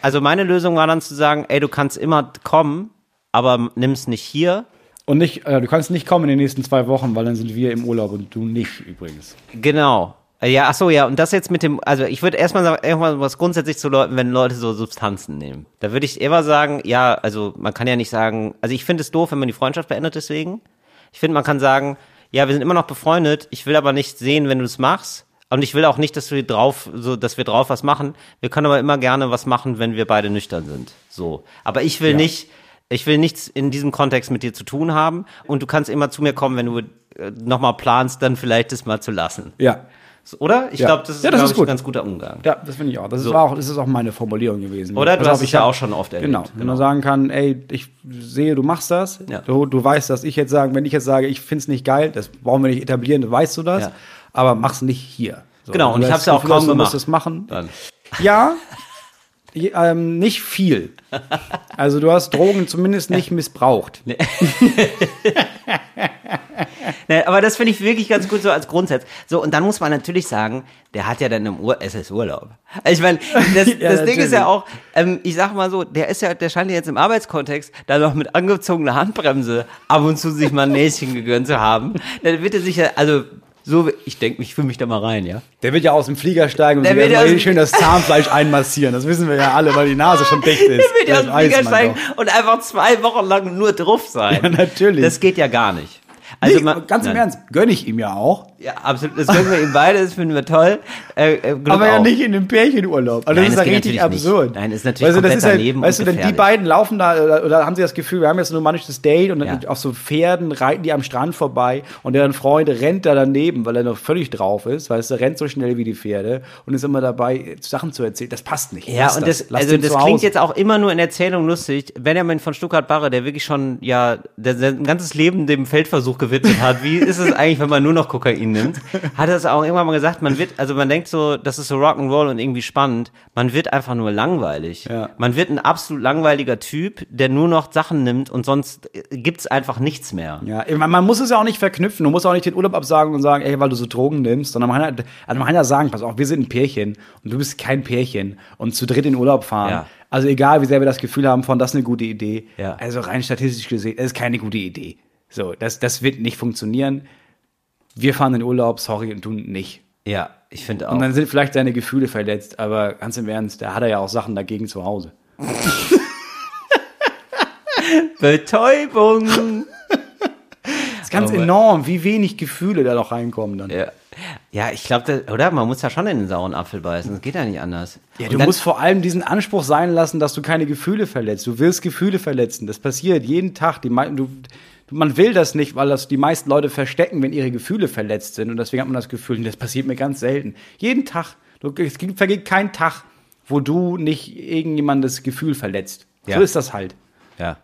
A: also meine Lösung war dann zu sagen, ey, du kannst immer kommen, aber nimm's nicht hier.
B: Und nicht, äh, du kannst nicht kommen in den nächsten zwei Wochen, weil dann sind wir im Urlaub und du nicht übrigens.
A: Genau. Ja, ach so, ja, und das jetzt mit dem, also ich würde erstmal sagen, irgendwann was grundsätzlich zu Leuten, wenn Leute so Substanzen nehmen. Da würde ich immer sagen, ja, also man kann ja nicht sagen, also ich finde es doof, wenn man die Freundschaft beendet deswegen. Ich finde, man kann sagen, ja, wir sind immer noch befreundet, ich will aber nicht sehen, wenn du es machst. Und ich will auch nicht, dass wir drauf, so, dass wir drauf was machen. Wir können aber immer gerne was machen, wenn wir beide nüchtern sind. So. Aber ich will nicht, ich will nichts in diesem Kontext mit dir zu tun haben. Und du kannst immer zu mir kommen, wenn du nochmal planst, dann vielleicht das mal zu lassen.
B: Ja.
A: So, Oder? Ich
B: Ja.
A: glaube, das ist,
B: Ja, das
A: glaub
B: ist
A: ich,
B: gut.
A: ein ganz guter Umgang.
B: Ja, das finde ich auch. Das, ist war auch. das ist auch meine Formulierung gewesen.
A: Oder? Du
B: Pass
A: hast
B: auf,
A: es
B: ich
A: ja
B: hab-
A: auch schon oft erlebt.
B: Genau. Wenn man sagen kann, ey, ich sehe, du machst das.
A: Ja.
B: Du, du weißt das. Ich jetzt sagen, wenn ich jetzt sage, ich finde es nicht geil, das brauchen wir nicht etablieren, du weißt du das.
A: Ja.
B: Aber mach's nicht hier. So,
A: Genau,
B: wenn
A: und
B: du
A: ich
B: das
A: hab's ja auch
B: Gefühl
A: kaum
B: hast, du musst
A: gemacht.
B: es machen.
A: Dann.
B: Ja, je- ähm, nicht viel. Also du hast Drogen zumindest nicht missbraucht.
A: Ne, aber das finde ich wirklich ganz gut so als Grundsatz. So, und dann muss man natürlich sagen, der hat ja dann im Ur SS-Urlaub. Ich meine, das,
B: Ja,
A: das Ding ist ja
B: natürlich.
A: auch, ähm, ich sag mal so, der ist ja, der scheint ja jetzt im Arbeitskontext da noch mit angezogener Handbremse ab und zu sich mal ein Näschen gegönnt zu haben. Dann wird er sich ja, also, so, ich denke, ich fühle mich da mal rein, ja.
B: Der wird ja aus dem Flieger steigen und
A: Der
B: der
A: wird
B: wird
A: ja aus dem-
B: mal schön das Zahnfleisch einmassieren. Das wissen wir ja alle, weil die Nase schon dicht ist.
A: Der wird ja
B: Das
A: aus dem
B: weiß
A: Flieger
B: man
A: steigen
B: doch.
A: und einfach zwei Wochen lang nur drauf sein.
B: Ja, natürlich.
A: Das geht ja gar nicht. Also
B: nee,
A: man-
B: ganz im
A: nein.
B: Ernst, gönne ich ihm ja auch.
A: Ja, absolut. Das können wir ihm beide, das finden wir toll. Äh, äh, Glück
B: aber ja
A: auf.
B: nicht in einem Pärchenurlaub. Also
A: Nein,
B: das
A: das
B: ist ja
A: geht
B: richtig
A: natürlich nicht.
B: absurd.
A: Nein, ist natürlich
B: weißt du, das
A: komplett
B: ist halt,
A: daneben und
B: Weißt du, wenn die
A: gefährlich.
B: beiden laufen da, oder, oder haben sie das Gefühl, wir haben jetzt ein romantisches Date und dann
A: Ja.
B: auf so Pferden reiten die am Strand vorbei und deren Freund rennt da daneben, weil er noch völlig drauf ist, weißt du, rennt so schnell wie die Pferde und ist immer dabei, Sachen zu erzählen. Das passt nicht.
A: Ja,
B: Lass
A: und das,
B: Lass
A: also
B: den
A: das
B: zu
A: klingt
B: Hause.
A: jetzt auch immer nur in Erzählung lustig. Benjamin von Stuttgart-Barre, der wirklich schon, ja, der sein ganzes Leben dem Feldversuch gewidmet hat. Wie ist es eigentlich, wenn man nur noch Kokain nimmt? Hat das auch irgendwann mal gesagt, man wird, also man denkt so, das ist so Rock'n'Roll und irgendwie spannend. Man wird einfach nur langweilig.
B: Ja.
A: Man wird ein absolut langweiliger Typ, der nur noch Sachen nimmt und sonst äh, gibt's einfach nichts mehr.
B: Ja, ich meine, man muss es ja auch nicht verknüpfen. Du musst auch nicht den Urlaub absagen und sagen, ey, weil du so Drogen nimmst, sondern man kann halt- also man kann ja sagen, pass auf, wir sind ein Pärchen und du bist kein Pärchen und zu dritt in den Urlaub fahren.
A: Ja.
B: Also egal, wie sehr wir das Gefühl haben von, das ist eine gute Idee.
A: Ja.
B: Also rein statistisch gesehen, das ist keine gute Idee. So, das, das wird nicht funktionieren. Wir fahren in den Urlaub, sorry, und du nicht.
A: Ja, ich finde
B: Und dann sind vielleicht seine Gefühle verletzt, aber ganz im Ernst, da hat er ja auch Sachen dagegen zu Hause.
A: Betäubung.
B: Das ist ganz
A: Aber-
B: enorm, wie wenig Gefühle da noch reinkommen dann.
A: Ja, ja ich glaube, oder? Man muss ja schon in den sauren Apfel beißen. Das geht ja nicht anders.
B: Ja,
A: Und
B: du
A: dann-
B: musst vor allem diesen Anspruch sein lassen, dass du keine Gefühle verletzt. Du wirst Gefühle verletzen. Das passiert jeden Tag. Die mei- du, du- man will das nicht, weil das die meisten Leute verstecken, wenn ihre Gefühle verletzt sind. Und deswegen hat man das Gefühl, das passiert mir ganz selten. Jeden Tag. Du, es gibt- vergeht kein Tag, wo du nicht irgendjemandes Gefühl verletzt.
A: Ja.
B: So ist das halt.
A: Ja,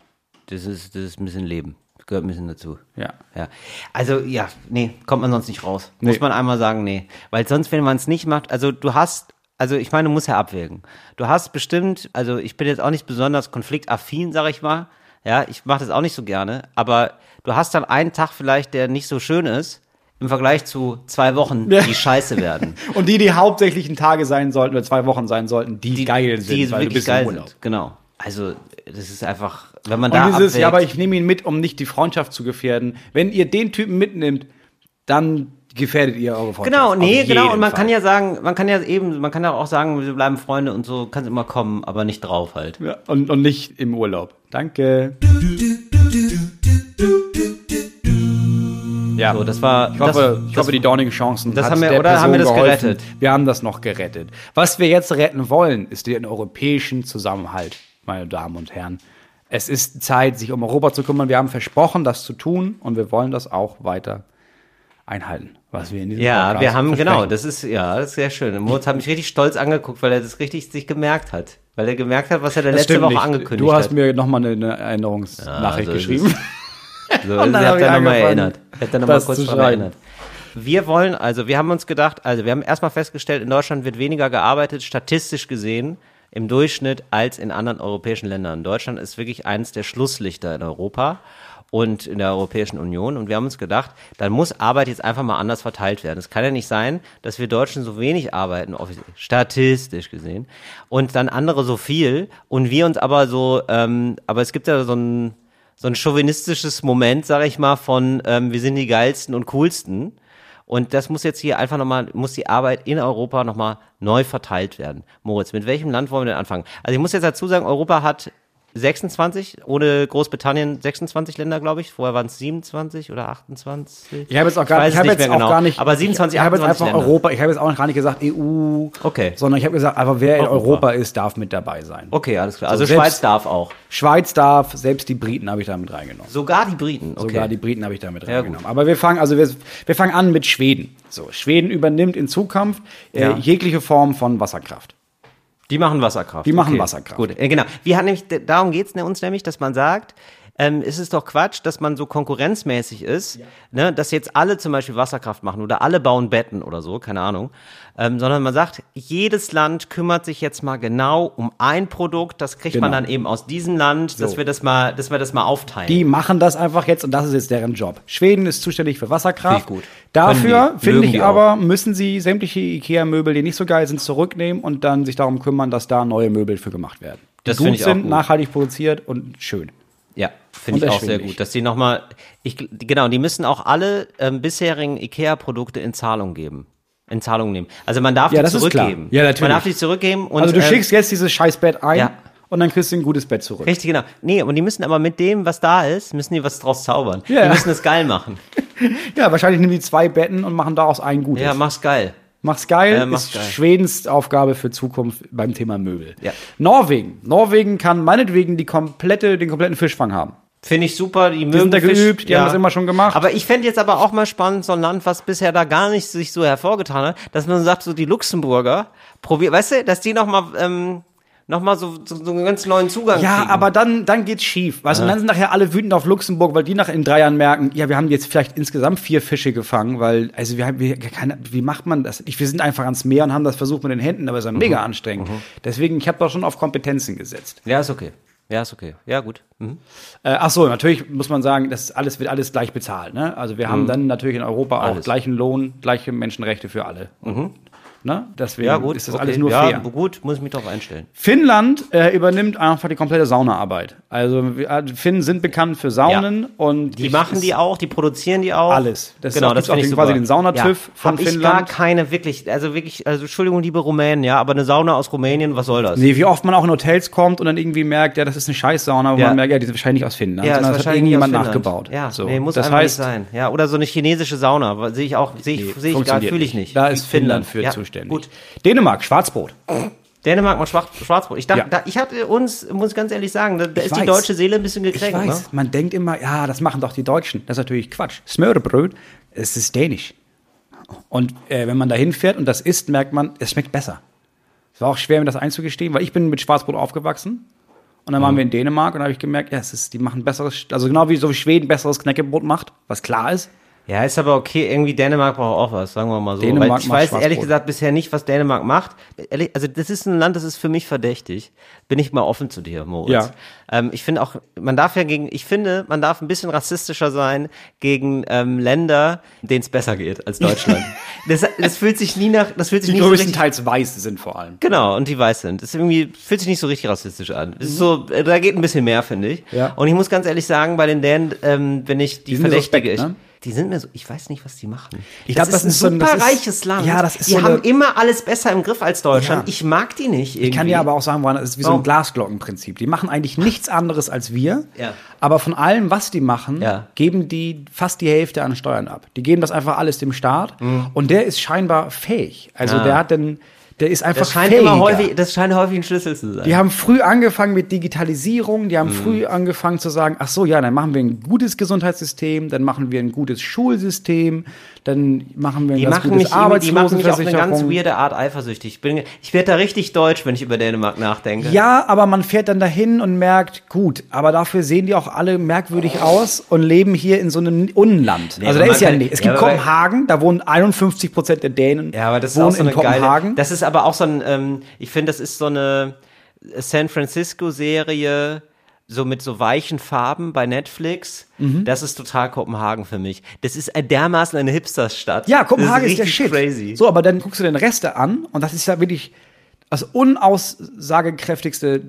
A: das ist, das ist ein bisschen Leben. Das gehört ein bisschen dazu.
B: Ja.
A: ja. Also, ja, nee, kommt man sonst nicht raus. Muss man einmal sagen, nee. Weil sonst, wenn man es nicht macht, also du hast, also ich meine, du musst ja abwägen. Du hast bestimmt, also ich bin jetzt auch nicht besonders konfliktaffin, sag ich mal. Ja, ich mache das auch nicht so gerne. Aber du hast dann einen Tag vielleicht, der nicht so schön ist, im Vergleich zu zwei Wochen, die
B: Ja.
A: scheiße werden.
B: Und die, die hauptsächlichen Tage sein sollten oder zwei Wochen sein sollten, die, geil sind,
A: die
B: weil du
A: wirklich
B: bist im
A: geil
B: Urlaub.
A: sind. Genau. Also, das ist einfach, wenn man da
B: Und dieses,
A: abwägt,
B: ja, aber ich nehme ihn mit, um nicht die Freundschaft zu gefährden. Wenn ihr den Typen mitnimmt, dann gefährdet ihr eure Freundschaft.
A: Genau,
B: Auf
A: nee,
B: jeden
A: genau. Und man
B: Fall.
A: kann ja sagen, man kann ja eben, man kann ja auch sagen, wir bleiben Freunde und so, kann es immer kommen, aber nicht drauf halt.
B: Ja, und, und nicht im Urlaub. Danke. Ja,
A: So, das war.
B: ich hoffe,
A: das,
B: ich hoffe die dornigen Chancen.
A: das
B: hat
A: haben wir-
B: der
A: oder haben wir das
B: geholfen.
A: gerettet?
B: Wir haben das noch gerettet. Was wir jetzt retten wollen, ist den europäischen Zusammenhalt, meine Damen und Herren. Es ist Zeit, sich um Europa zu kümmern. Wir haben versprochen, das zu tun und wir wollen das auch weiter einhalten, was wir in diesem
A: Ja,
B: Podcast
A: wir haben, genau,
B: versprechen.
A: das ist, ja, das ist sehr schön. Und Moritz hat mich richtig stolz angeguckt, weil er das richtig sich gemerkt hat. Weil er gemerkt hat, was er der
B: Das
A: letzte
B: stimmt
A: Woche
B: nicht.
A: angekündigt
B: Du hast
A: hat.
B: mir nochmal eine, eine Erinnerungsnachricht
A: so ist
B: geschrieben.
A: So, und
B: Und dann
A: dann
B: hab
A: hat
B: ich
A: er nochmal
B: angefangen,
A: erinnert. Hat er nochmal
B: das
A: kurz
B: zu
A: dran
B: schreiben.
A: erinnert. Wir wollen, also wir haben uns gedacht, also wir haben erstmal festgestellt, in Deutschland wird weniger gearbeitet, statistisch gesehen, im Durchschnitt als in anderen europäischen Ländern. Deutschland ist wirklich eines der Schlusslichter in Europa und in der Europäischen Union. Und wir haben uns gedacht, dann muss Arbeit jetzt einfach mal anders verteilt werden. Es kann ja nicht sein, dass wir Deutschen so wenig arbeiten, offiz- statistisch gesehen, und dann andere so viel und wir uns aber so, ähm, aber es gibt ja so ein, so ein chauvinistisches Moment, sage ich mal, von ähm, wir sind die geilsten und coolsten. Und das muss jetzt hier einfach nochmal, muss die Arbeit in Europa nochmal neu verteilt werden. Moritz, mit welchem Land wollen wir denn anfangen? Also ich muss jetzt dazu sagen, Europa hat 26, ohne Großbritannien 26 Länder, glaube ich. Vorher waren es 27 oder 28.
B: Ich habe jetzt auch gar, ich
A: weiß es
B: habe jetzt auch
A: genau.
B: gar nicht.
A: Aber 27,
B: ich habe jetzt
A: 28
B: einfach
A: Länder.
B: Europa. Ich habe jetzt auch gar nicht gesagt EU.
A: Okay.
B: Sondern ich habe gesagt, aber wer in
A: Europa.
B: Europa ist, darf mit dabei sein.
A: Okay, alles klar. Also
B: So, selbst-
A: Schweiz darf auch.
B: Schweiz darf, selbst die Briten habe ich damit reingenommen.
A: Sogar die Briten. Okay.
B: Sogar die Briten habe ich damit
A: Ja,
B: reingenommen. Aber wir fangen, also wir, wir fangen an mit Schweden. So, Schweden übernimmt in Zukunft
A: Ja.
B: äh, jegliche Form von Wasserkraft.
A: Die machen Wasserkraft.
B: Die machen Wasserkraft.
A: Gut, äh, genau. Wir haben nämlich, d- darum geht's ne, uns nämlich, dass man sagt, ähm, ist es doch Quatsch, dass man so konkurrenzmäßig ist, ne, dass jetzt alle zum Beispiel Wasserkraft machen oder alle bauen Betten oder so, keine Ahnung, ähm, sondern man sagt, jedes Land kümmert sich jetzt mal genau um ein Produkt, das kriegt man
B: Genau.
A: dann eben aus diesem Land, dass
B: So.
A: wir das mal, dass wir das mal aufteilen.
B: Die machen das einfach jetzt und das ist jetzt deren Job. Schweden ist zuständig für Wasserkraft.
A: Finde ich gut.
B: Dafür,
A: Können die.
B: finde
A: Mögen
B: ich
A: die
B: aber, müssen sie sämtliche IKEA-Möbel, die nicht so geil sind, zurücknehmen und dann sich darum kümmern, dass da neue Möbel für gemacht werden. Die
A: Das
B: gut
A: finde ich auch
B: sind,
A: gut.
B: nachhaltig produziert und schön.
A: Ja, finde ich auch sehr
B: Unerschwinglich.
A: gut, dass die nochmal, ich, gl- die- genau, die müssen auch alle ähm, bisherigen Ikea-Produkte in Zahlung geben, in Zahlung nehmen. Also man darf
B: Ja,
A: die
B: das ist klar.
A: zurückgeben.
B: Ja, natürlich.
A: Man darf die zurückgeben und
B: also du
A: ähm,
B: schickst jetzt dieses Scheißbett ein
A: ja.
B: und dann kriegst du ein gutes Bett zurück.
A: Richtig, genau. Nee, und die müssen aber mit dem, was da ist, müssen die was draus zaubern.
B: Ja.
A: Die müssen es geil machen.
B: Ja, wahrscheinlich nehmen die zwei Betten und machen daraus ein gutes.
A: Ja, mach's geil.
B: Mach's geil,
A: Ja, mach's
B: ist
A: geil.
B: Schwedens Aufgabe für Zukunft beim Thema Möbel.
A: Ja.
B: Norwegen. Norwegen kann meinetwegen die komplette, den kompletten Fischfang haben.
A: Finde ich super, die mögen
B: sind da
A: Fisch,
B: geübt, die haben das immer schon gemacht.
A: Aber ich fände jetzt aber auch mal spannend, so ein Land, was bisher da gar nicht sich so hervorgetan hat, dass man sagt, so die Luxemburger, probier, weißt du, dass die nochmal ähm, noch mal so, so, so einen ganz neuen Zugang
B: Ja,
A: kriegen.
B: aber dann, dann geht's schief. Weißt, du, Und dann sind nachher alle wütend auf Luxemburg, weil die nach in drei Jahren merken, ja, wir haben jetzt vielleicht insgesamt vier Fische gefangen, weil, also wir haben, wir, keine, wie macht man das? Ich, wir sind einfach ans Meer und haben das versucht mit den Händen, aber es ist ja
A: Mhm.
B: mega anstrengend. Deswegen, ich habe doch schon auf Kompetenzen gesetzt.
A: Ja, ist okay. Ja, ist okay. Ja, gut. Mhm.
B: Äh, ach so, natürlich muss man sagen, das ist alles wird alles gleich bezahlt. Ne? Also wir haben dann natürlich in Europa auch
A: Mhm. Alles. Mhm.
B: gleichen Lohn, gleiche Menschenrechte für alle. Ne? Deswegen
A: Ja, gut.
B: ist das
A: okay.
B: alles nur
A: ja,
B: fair.
A: gut, muss ich mich drauf einstellen.
B: Finnland äh, übernimmt einfach die komplette Saunaarbeit. Also wir- äh, Finnen sind bekannt für Saunen und
A: Die machen die auch, die produzieren die auch.
B: Alles.
A: Das
B: Das
A: genau,
B: ist-
A: das
B: gibt's auch
A: finde ich
B: den-
A: super.
B: quasi den Saunatüff von
A: Hab ich
B: Finnland.
A: gar keine wirklich, also wirklich, also Entschuldigung, liebe Rumänen, ja, aber eine Sauna aus Rumänien, was soll das?
B: Nee, wie oft man auch in Hotels kommt und dann irgendwie merkt, ja, das ist eine Scheißsauna, wo
A: Ja.
B: man merkt, ja, die sind wahrscheinlich nicht aus Finnland,
A: Ja, ist
B: sondern das hat
A: wahrscheinlich nicht aus
B: irgendjemand
A: Finnland.
B: nachgebaut.
A: Ja,
B: so.
A: nee, muss
B: das
A: einfach
B: heißt,
A: nicht sein. Ja, oder so eine chinesische Sauna, weil- sehe ich auch, sehe ich, sehe ich gar,
B: funktioniert
A: fühle ich nicht.
B: Da ist Finnland, für
A: ja,
B: zuständig.
A: Gut.
B: Dänemark, Schwarzbrot.
A: Dänemark und Schwarz, Schwarzbrot. Ich dachte,
B: Ja.
A: da, ich hatte uns, muss ganz ehrlich sagen, da, da
B: Ich
A: ist
B: weiß.
A: die deutsche Seele ein bisschen
B: Ich
A: gekränkt.
B: weiß,
A: Ne?
B: man denkt immer, ja, das machen doch die Deutschen. Das ist natürlich Quatsch. Smörrebröt, es ist dänisch. Und äh, wenn man da hinfährt und das isst, merkt man, es schmeckt besser. Es war auch schwer, mir das einzugestehen, weil ich bin mit Schwarzbrot aufgewachsen. Und dann
A: Mhm.
B: waren wir in Dänemark und da habe ich gemerkt, ja, es ist, die machen besseres, also genau wie so wie Schweden besseres Knäckebrot macht, was klar ist.
A: Ja, ist aber okay. Irgendwie Dänemark braucht auch was, sagen wir mal so.
B: Dänemark
A: Weil ich
B: macht
A: weiß ehrlich
B: Schwarzbrot.
A: gesagt bisher nicht, was Dänemark macht. Ehrlich, also das ist ein Land, das ist für mich verdächtig. Bin ich mal offen zu dir, Moritz.
B: Ja.
A: Ähm, ich finde auch, man darf ja gegen, ich finde, man darf ein bisschen rassistischer sein gegen ähm, Länder, denen es besser geht als Deutschland. das, das fühlt sich nie nach, das fühlt sich
B: Die
A: nicht so richtig
B: größtenteils weiß sind vor allem.
A: Genau, und die weiß sind. Das ist irgendwie, fühlt sich nicht so richtig rassistisch an. Es ist so, äh, da geht ein bisschen mehr, finde ich.
B: Ja.
A: Und ich muss ganz ehrlich sagen, bei den Dänen, ähm, wenn ich die,
B: Die sind mir
A: verdächtige,
B: suspekt,
A: ich,
B: ne?
A: die sind mir so, ich weiß nicht, was die machen.
B: Ich glaub, das ist so ein- das ist-
A: superreiches Land.
B: Ja, das ist
A: die
B: so eine-
A: haben immer alles besser im Griff als Deutschland.
B: Ja.
A: Ich mag die nicht irgendwie.
B: Ich kann dir aber auch sagen, woran das ist wie so
A: Oh.
B: ein Glasglockenprinzip. Die machen eigentlich nichts anderes als wir,
A: Ja.
B: aber von allem, was die machen,
A: Ja.
B: geben die fast die Hälfte an Steuern ab. Die geben das einfach alles dem Staat
A: Mhm.
B: und der ist scheinbar fähig. Also der hat dann, der ist einfach
A: das scheint
B: fähiger.
A: immer häufig, das scheint häufig ein Schlüssel zu sein.
B: Die haben früh angefangen mit Digitalisierung, die haben
A: Mhm.
B: früh angefangen zu sagen, ach so, ja, dann machen wir ein gutes Gesundheitssystem, dann machen wir ein gutes Schulsystem, dann machen wir ein
A: Die
B: ganz
A: machen,
B: gutes
A: mich irgendwie, die machen mich auf eine ganz
B: Arbeitslosenversicherung.
A: weirde Art eifersüchtig. Ich, bin, ich werde da richtig deutsch, wenn ich über Dänemark nachdenke.
B: Ja, aber man fährt dann dahin und merkt, gut, aber dafür sehen die auch alle merkwürdig aus und leben hier in so einem Unland. also
A: aber
B: da
A: man
B: ist ja
A: kann-
B: nicht. Es
A: ja,
B: gibt
A: aber-
B: Kopenhagen, da wohnen 51 Prozent der Dänen.
A: Ja, aber das ist
B: wohnen
A: auch so
B: in
A: eine geile.
B: Kopenhagen.
A: Das ist aber auch so ein, ähm, ich finde, das ist so eine San Francisco-Serie, so mit so weichen Farben bei Netflix.
B: Mhm.
A: Das ist total Kopenhagen für mich. Das ist ein- dermaßen eine Hipsterstadt.
B: ja, Kopenhagen
A: das
B: ist, der
A: richtig
B: Shit.
A: Crazy.
B: So, aber dann guckst du den Reste an und das ist ja wirklich das unaussagekräftigste,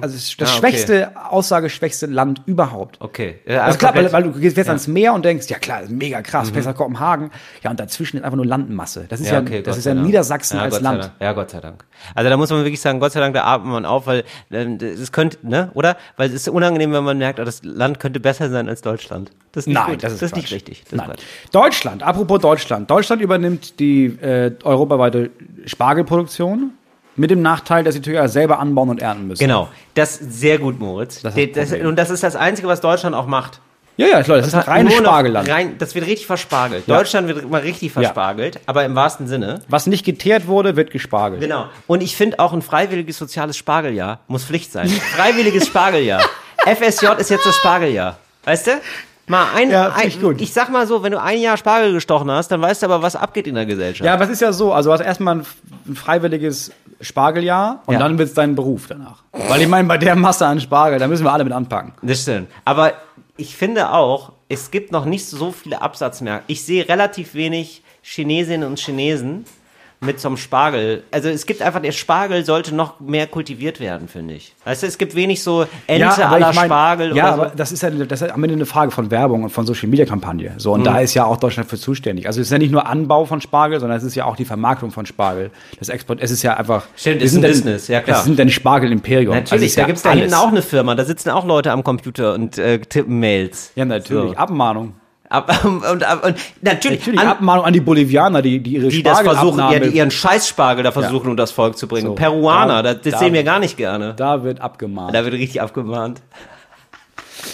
B: also das
A: Ah, okay.
B: schwächste, aussageschwächste Land überhaupt.
A: Okay.
B: Also klar, weil, weil du gehst jetzt
A: ja. Mhm.
B: ans Meer und denkst, ja klar, das ist mega krass, besser Kopenhagen. Ja, und dazwischen ist einfach nur Landmasse. Das ist ja,
A: okay,
B: das
A: Gott
B: ist
A: sei
B: ja
A: Dank.
B: Niedersachsen
A: Ja,
B: als
A: Gott sei
B: Land.
A: Dank. Ja, Gott sei Dank. Also da muss man wirklich sagen, Gott sei Dank, da atmet man auf, weil ähm, es könnte, ne, oder? Weil es ist unangenehm, wenn man merkt, oh, das Land könnte besser sein als Deutschland. Das ist nicht
B: Nein,
A: gut.
B: das ist,
A: das ist nicht
B: Quatsch.
A: richtig. Das ist
B: Nein.
A: Quatsch.
B: Deutschland, apropos Deutschland. Deutschland übernimmt die äh, europaweite Spargelproduktion mit dem Nachteil, dass sie natürlich auch selber anbauen und ernten müssen.
A: Genau, das ist sehr gut, Moritz.
B: Das
A: Das
B: ist das
A: das,
B: Problem.
A: und das ist das Einzige, was Deutschland auch macht.
B: Ja, ja, Leute, das ist ein reines
A: Nur noch
B: Spargelland.
A: Rein, das wird richtig verspargelt.
B: Ja.
A: Deutschland wird mal richtig verspargelt, aber im wahrsten Sinne.
B: Was nicht geteert wurde, wird gespargelt.
A: Genau. Und ich finde auch ein freiwilliges soziales Spargeljahr muss Pflicht sein. Freiwilliges Spargeljahr. FSJ ist jetzt das Spargeljahr. Weißt du? Mal ein,
B: Ja, finde
A: ein
B: ich gut.
A: ich sag mal so, wenn du ein Jahr Spargel gestochen hast, dann weißt du aber, was abgeht in der Gesellschaft.
B: Ja, aber es ist ja so, also du hast erstmal ein, ein freiwilliges Spargeljahr und
A: Ja.
B: dann wird es dein Beruf danach. Weil ich meine, bei der Masse an Spargel, da müssen wir alle mit anpacken.
A: Das stimmt. Aber ich finde auch, es gibt noch nicht so viele Absatzmärkte. Ich sehe relativ wenig Chinesinnen und Chinesen mit so einem Spargel. Also es gibt einfach, der Spargel sollte noch mehr kultiviert werden, finde ich. Weißt du, es gibt wenig so Ente
B: aber
A: aller
B: ich mein-
A: Spargel
B: Ja,
A: oder
B: aber
A: so.
B: das ist ja das ist ja am Ende eine Frage von Werbung und von Social Media Kampagne. So
A: Mhm.
B: und da ist ja auch Deutschland für zuständig. Also es ist ja nicht nur Anbau von Spargel, sondern es ist ja auch die Vermarktung von Spargel. Das Export, es ist ja einfach
A: Stimmt,
B: wir
A: ist ein
B: dann-
A: Business, ja, klar.
B: Das sind dann Spargel Also, Imperium.
A: Natürlich, da gibt's da hinten auch eine Firma, da sitzen auch Leute am Computer und äh, tippen Mails.
B: Ja, natürlich,
A: So.
B: Abmahnung.
A: Ab, und, und, und natürlich,
B: Natürlich
A: an,
B: Abmahnung an die Bolivianer, die die ihre
A: die das versuchen, ja,
B: Spargelabnahme-
A: die ihren Scheißspargel da versuchen, um das Volk zu bringen.
B: So.
A: Peruaner,
B: Da-
A: das, das
B: da-
A: sehen wir gar nicht gerne.
B: da wird abgemahnt.
A: Da wird richtig abgemahnt.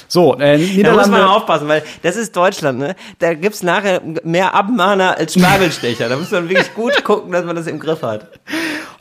B: so, äh,
A: Da muss
B: Niederlande
A: man aufpassen, weil das ist Deutschland, ne? Da gibt's nachher mehr Abmahner als Spargelstecher. da muss man wirklich gut gucken, dass man das im Griff hat.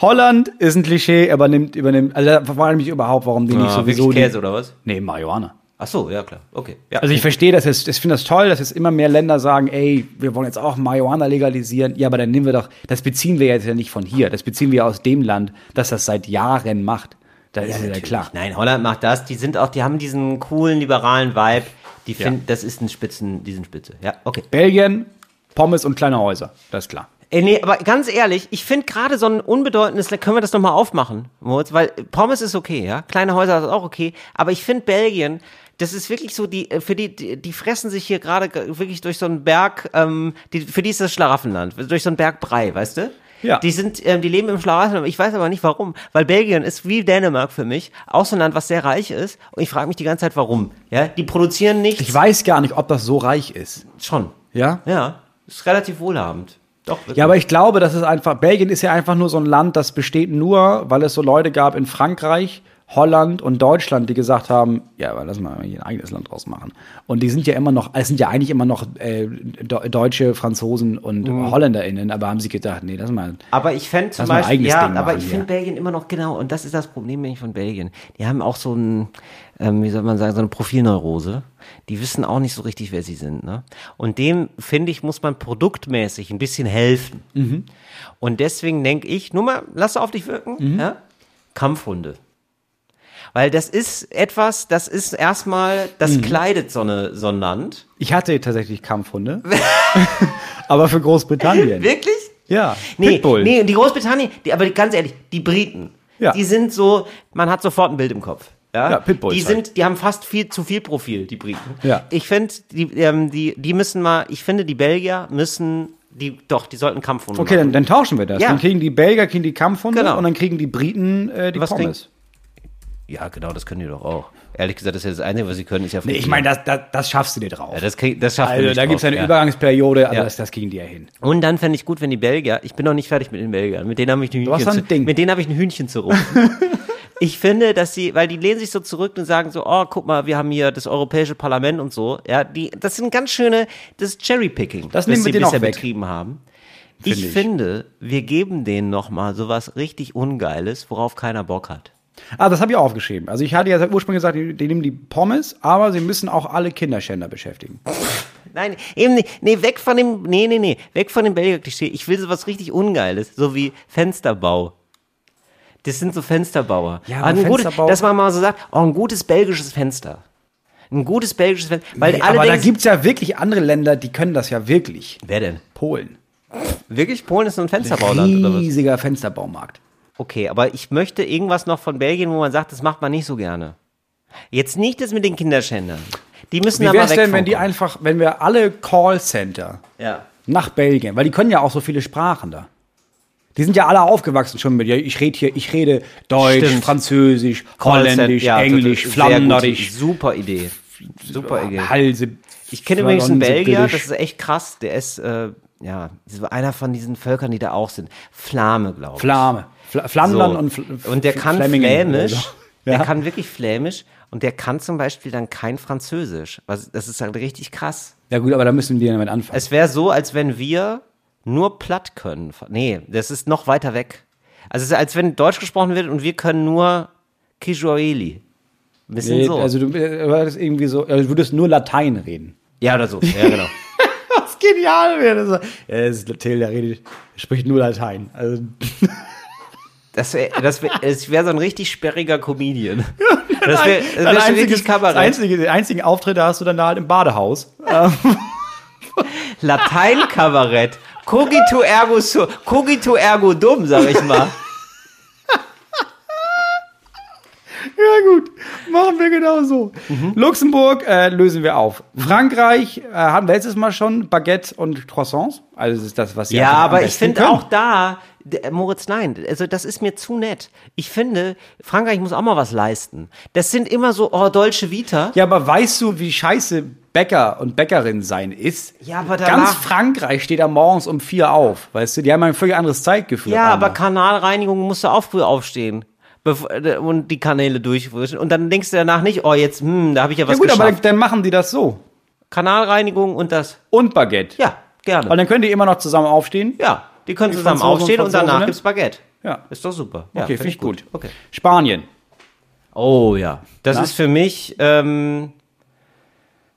B: Holland ist ein Klischee, aber nimmt, übernimmt, also da frage ich mich überhaupt, warum die nicht
A: Ah,
B: sowieso.
A: wirklich
B: Die,
A: Käse oder was?
B: nee, Marihuana.
A: Ach so, ja klar. Okay. Ja.
B: Also ich verstehe das jetzt, ich finde das toll, dass jetzt immer mehr Länder sagen, ey, wir wollen jetzt auch Marihuana legalisieren. Ja, aber dann nehmen wir doch, das beziehen wir jetzt ja nicht von hier, das beziehen wir aus dem Land, das das seit Jahren macht. Da ist ja, ja klar.
A: Nein, Holland macht das. Die sind auch, die haben diesen coolen liberalen Vibe. Die finden, das ist ein Spitzen, die sind Spitze. Ja, okay.
B: Belgien, Pommes und kleine Häuser, das ist klar.
A: Ey, Äh, nee, aber ganz ehrlich, ich finde gerade so ein unbedeutendes, können wir das nochmal aufmachen, Moritz? Weil äh, Pommes ist okay, ja, kleine Häuser ist auch okay, aber ich finde Belgien, das ist wirklich so, die, äh, für die, die, die fressen sich hier gerade g- wirklich durch so einen Berg, ähm, die, für die ist das Schlaraffenland, durch so einen Berg Brei, weißt du?
B: Ja.
A: Die sind, ähm, die leben im Schlaraffenland, ich weiß aber nicht warum, weil Belgien ist wie Dänemark für mich, auch so ein Land, was sehr reich ist und ich frage mich die ganze Zeit, warum, ja? Die produzieren nichts,
B: Ich weiß gar nicht, ob das so reich ist.
A: schon,
B: Ja?
A: ja, ist relativ wohlhabend. Doch, wirklich.
B: Ja, aber ich glaube, das ist einfach, Belgien ist ja einfach nur so ein Land, das besteht nur, weil es so Leute gab in Frankreich, Holland und Deutschland, die gesagt haben, ja, aber lass mal hier ein eigenes Land draus machen. Und die sind ja immer noch, es sind ja eigentlich immer noch äh, Do Deutsche, Franzosen und
A: Mhm.
B: HolländerInnen, aber haben sie gedacht, nee, lass mal.
A: Aber ich fände zum
B: Lass mal ein
A: Beispiel,
B: eigenes
A: ja,
B: Ding
A: aber
B: machen
A: ich
B: hier.
A: finde Belgien immer noch genau, und das ist das Problem nämlich von Belgien. Die haben auch so ein, ähm, wie soll man sagen, so eine Profilneurose. Die wissen auch nicht so richtig, wer sie sind. Ne? Und dem, finde ich, muss man produktmäßig ein bisschen helfen.
B: Mhm.
A: Und deswegen denke ich, nur mal, lass auf dich wirken,
B: Mhm.
A: ja? Kampfhunde. Weil das ist etwas, das ist erstmal, das
B: Mhm.
A: kleidet so, eine, so ein Land.
B: Ich hatte tatsächlich Kampfhunde, aber für Großbritannien.
A: Wirklich?
B: Ja,
A: Nee,
B: Pitbull.
A: nee, und die Großbritannien, die, aber ganz ehrlich, die Briten,
B: Ja.
A: die sind so, man hat sofort ein Bild im Kopf. Ja,
B: Ja, Pitbulls
A: Die
B: halt.
A: sind, die haben fast viel zu viel Profil, die Briten.
B: Ja.
A: Ich finde, die, ähm, die, die müssen mal, ich finde, die Belgier müssen, die, doch, die sollten Kampfhunde
B: Okay, dann, dann tauschen wir das.
A: Ja.
B: Dann kriegen die Belgier kriegen die Kampfhunde
A: Genau.
B: und dann kriegen die Briten äh, die
A: Was
B: Pommes.
A: Ja, genau, das können die doch auch. Ehrlich gesagt, das ist ja das Einzige, was sie können, ist ja
B: Nee, ich meine, das, das, das schaffst du dir drauf.
A: ja, das, krieg, das schafft man
B: Also
A: nicht
B: da gibt es
A: drauf,
B: eine
A: ja.
B: Übergangsperiode, aber
A: Ja.
B: das, das ging dir hin.
A: Und dann fände ich gut, wenn die Belgier, ich bin noch nicht fertig mit den Belgiern, mit denen habe ich ein
B: hast
A: Hühnchen,
B: da ein
A: zu,
B: Ding.
A: mit denen habe ich ein Hühnchen zu rufen. ich finde, dass sie, weil die lehnen sich so zurück und sagen so, oh, guck mal, wir haben hier das Europäische Parlament und so, ja, die, das sind ganz schöne, das ist Cherrypicking,
B: Das nehmen
A: sie
B: wir denen auch
A: bisher
B: weg.
A: betrieben haben. ich,
B: ich.
A: finde, wir geben denen nochmal sowas richtig Ungeiles, worauf keiner Bock hat.
B: Ah, das habe ich auch aufgeschrieben. Also ich hatte ja ursprünglich gesagt, die, die nehmen die Pommes, aber sie müssen auch alle Kinderschänder beschäftigen.
A: Nein, eben nicht. Nee, weg von dem, nee, nee, nee, weg von dem Belgier-Klischee. Ich will sowas richtig Ungeiles, so wie Fensterbau. Das sind so Fensterbauer.
B: Ja,
A: Aber
B: aber
A: ein gutes,
B: Fensterbau-
A: dass man mal so sagt, oh, ein gutes belgisches Fenster. Ein gutes belgisches Fenster. Weil
B: Nee,
A: alle
B: aber da
A: denken,
B: gibt's ja wirklich andere Länder, die können das ja wirklich.
A: wer denn?
B: Polen.
A: Wirklich? Polen ist so ein Fensterbauland oder was?
B: Riesiger Fensterbaumarkt.
A: Okay, aber ich möchte irgendwas noch von Belgien, wo man sagt, das macht man nicht so gerne. Jetzt nicht das mit den Kinderschändern. Die müssen
B: Wie
A: da mal
B: wär's
A: weg
B: denn,
A: von
B: wenn die
A: kommen.
B: einfach, wenn wir alle Callcenter
A: Ja.
B: nach Belgien, weil die können ja auch so viele Sprachen da. Die sind ja alle aufgewachsen schon mit, ja, ich rede hier, ich rede Deutsch,
A: Stimmt.
B: Französisch, Holländisch,
A: ja, total-
B: Englisch,
A: sehr gut.
B: Flanderisch,
A: Super Idee. Super Idee.
B: Halse.
A: Ich kenne übrigens einen
B: Flandern,
A: Belgier, das
B: Britisch.
A: ist echt krass. Der ist, äh, ja, ist einer von diesen Völkern, die da auch sind. Flame, glaube ich.
B: Flamme. Fl Flandern und Fl
A: und der kann
B: Flemmingen oder so.
A: Flämisch.
B: Ja.
A: Der kann wirklich Flämisch und der kann zum Beispiel dann kein Französisch. Was, das ist halt richtig krass.
B: Ja gut, aber da müssen wir damit anfangen.
A: Es wäre so, als wenn wir nur platt können. Nee, das ist noch weiter weg. Also es ist, als wenn Deutsch gesprochen wird und wir können nur Kijueli. Ein bisschen so.
B: Also du würdest irgendwie so, also du würdest nur Latein reden.
A: ja, oder so. Ja, genau.
B: Das ist genial wäre. Das ja, das ist Till, der redet, spricht nur Latein. Also,
A: Das wäre das wär, es wär so ein richtig sperriger Comedian. Das wäre das
B: Dein
A: wär schon richtig
B: das
A: Kabarett.
B: einzige, den einzigen Auftritt da hast du dann halt im Badehaus.
A: Latein-Kabarett. Cogito ergo, su- cogito ergo dum, sag ich mal.
B: Ja, gut. Machen wir genau so.
A: Mhm.
B: Luxemburg äh, lösen wir auf. Frankreich äh, haben wir letztes Mal schon Baguette und Croissants. Also, das ist das, was sie
A: Ja,
B: einfach am
A: aber ich
B: besten
A: finde
B: können.
A: auch da, d- Moritz, nein, also das ist mir zu nett. Ich finde, Frankreich muss auch mal was leisten. Das sind immer so, oh, Dolce Vita.
B: Ja, aber weißt du, wie scheiße Bäcker und Bäckerin sein ist?
A: Ja, aber danach-
B: Ganz Frankreich steht da morgens um vier auf. Weißt du, die haben ein völlig anderes Zeitgefühl.
A: Ja,
B: aber
A: aber Kanalreinigung musst du auch früh aufstehen. bev- Und die Kanäle durchwischen. Und dann denkst du danach nicht, oh, jetzt, hm, da habe ich ja was
B: Ja, gut, aber dann,
A: geschafft.
B: dann machen die das so.
A: Kanalreinigung und das.
B: Und Baguette.
A: Ja, gerne.
B: Und dann könnt ihr immer noch zusammen aufstehen.
A: ja, die können
B: Die
A: zusammen
B: Franzosen und
A: aufstehen und danach
B: Franzosinnen?
A: gibt's Baguette.
B: Ja.
A: Ist doch super. Ja,
B: Okay,
A: find
B: finde ich gut.
A: Okay.
B: Spanien.
A: Oh ja. Das
B: Na?
A: ist für mich, ähm,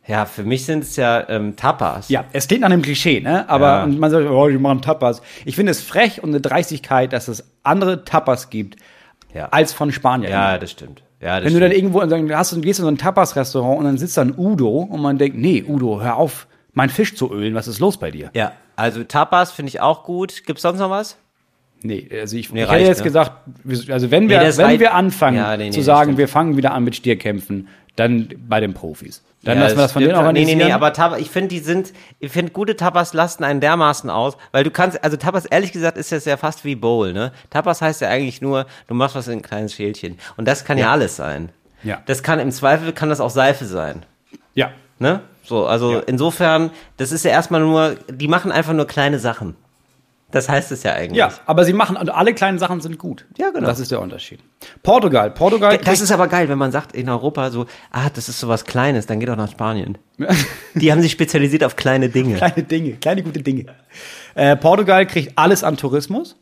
A: ja, für mich sind es ja ähm, Tapas.
B: Ja, es klingt nach einem Klischee, ne? Aber
A: Ja.
B: und man sagt, oh, die machen Tapas. Ich finde es frech und eine Dreistigkeit, dass es andere Tapas gibt
A: Ja.
B: als von Spaniern.
A: Ja, das stimmt. Ja, das
B: Wenn du
A: stimmt.
B: dann irgendwo dann hast du, gehst in so ein Tapas-Restaurant und dann sitzt da ein Udo und man denkt, nee, Udo, hör auf, meinen Fisch zu ölen, was ist los bei dir?
A: ja, also Tapas finde ich auch gut. Gibt's sonst noch was?
B: Nee, also ich,
A: Nee,
B: ich
A: reicht,
B: hätte jetzt
A: ne?
B: gesagt, wir- also wenn wir,
A: Nee, das
B: wenn
A: reicht.
B: wir anfangen
A: Ja, nee, nee,
B: zu
A: das
B: sagen,
A: stimmt.
B: wir fangen wieder an mit Stierkämpfen, dann bei den Profis. Dann
A: ja,
B: lassen wir das von denen
A: stimmt. Nee,
B: organisieren.
A: nee, nee, aber Tapas, ich finde, die sind, ich finde, gute Tapas lasten einen dermaßen aus, weil du kannst, also Tapas, ehrlich gesagt, ist das ja fast wie Bowl, ne? Tapas heißt ja eigentlich nur, du machst was in ein kleines Schälchen. Und das kann ja, alles sein.
B: Ja.
A: Das kann, im Zweifel kann das auch Seife sein,
B: ja.
A: ne? So, also insofern, das ist ja erstmal nur, die machen einfach nur kleine Sachen. Das heißt es ja eigentlich.
B: Ja, aber sie machen, und alle kleinen Sachen sind gut.
A: Ja, genau.
B: Das ist der Unterschied. Portugal, Portugal.
A: Das ist aber geil, wenn man sagt in Europa so, ah, das ist sowas Kleines, dann geht doch nach Spanien. Die haben sich spezialisiert auf kleine Dinge.
B: kleine Dinge, kleine gute Dinge. Äh, Portugal kriegt alles an Tourismus.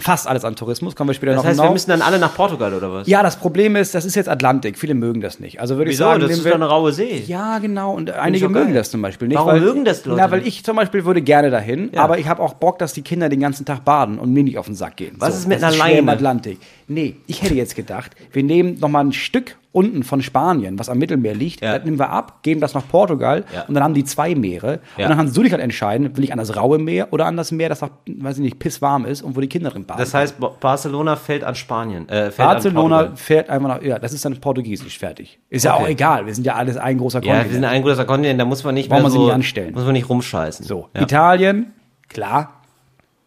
B: Fast alles an Tourismus, kommen wir später noch
A: Das heißt,
B: hinauf.
A: wir müssen dann alle nach Portugal oder was?
B: ja, das Problem ist, das ist jetzt Atlantik. Viele mögen das nicht. Also würde ich
A: Wieso?
B: sagen,
A: das
B: nehmen
A: ist
B: wir-
A: doch eine raue See.
B: ja, genau. Und einige
A: doch
B: mögen
A: geil.
B: das zum Beispiel nicht.
A: Warum mögen das die Leute
B: Na, weil
A: nicht?
B: ich zum Beispiel würde gerne dahin,
A: Ja.
B: aber ich habe auch Bock, dass die Kinder den ganzen Tag baden und mir nicht auf den Sack gehen.
A: Was ist mit einer
B: das schwer im
A: Leine?
B: Atlantik. Nee, ich hätte jetzt gedacht, wir nehmen nochmal ein Stück unten von Spanien, was am Mittelmeer liegt,
A: Ja.
B: das nehmen wir ab, geben das nach Portugal
A: Ja.
B: und dann haben die zwei Meere.
A: Ja.
B: Und dann kannst du dich halt entscheiden, will ich an das raue Meer oder an das Meer, das noch, weiß ich nicht, pisswarm ist und wo die Kinder drin baden.
A: Das heißt, Bo- Barcelona fällt an Spanien. Äh, fällt an
B: Barcelona
A: Portugal.
B: fährt einfach nach, ja, das ist dann portugiesisch fertig. Ist ja
A: Okay.
B: auch egal, wir sind ja alles ein großer
A: Ja, wir sind ein großer Kontinent, da muss man nicht
B: Brauchen
A: mehr
B: wir sie
A: so,
B: nicht anstellen.
A: muss man nicht rumscheißen.
B: So,
A: ja.
B: Italien, klar,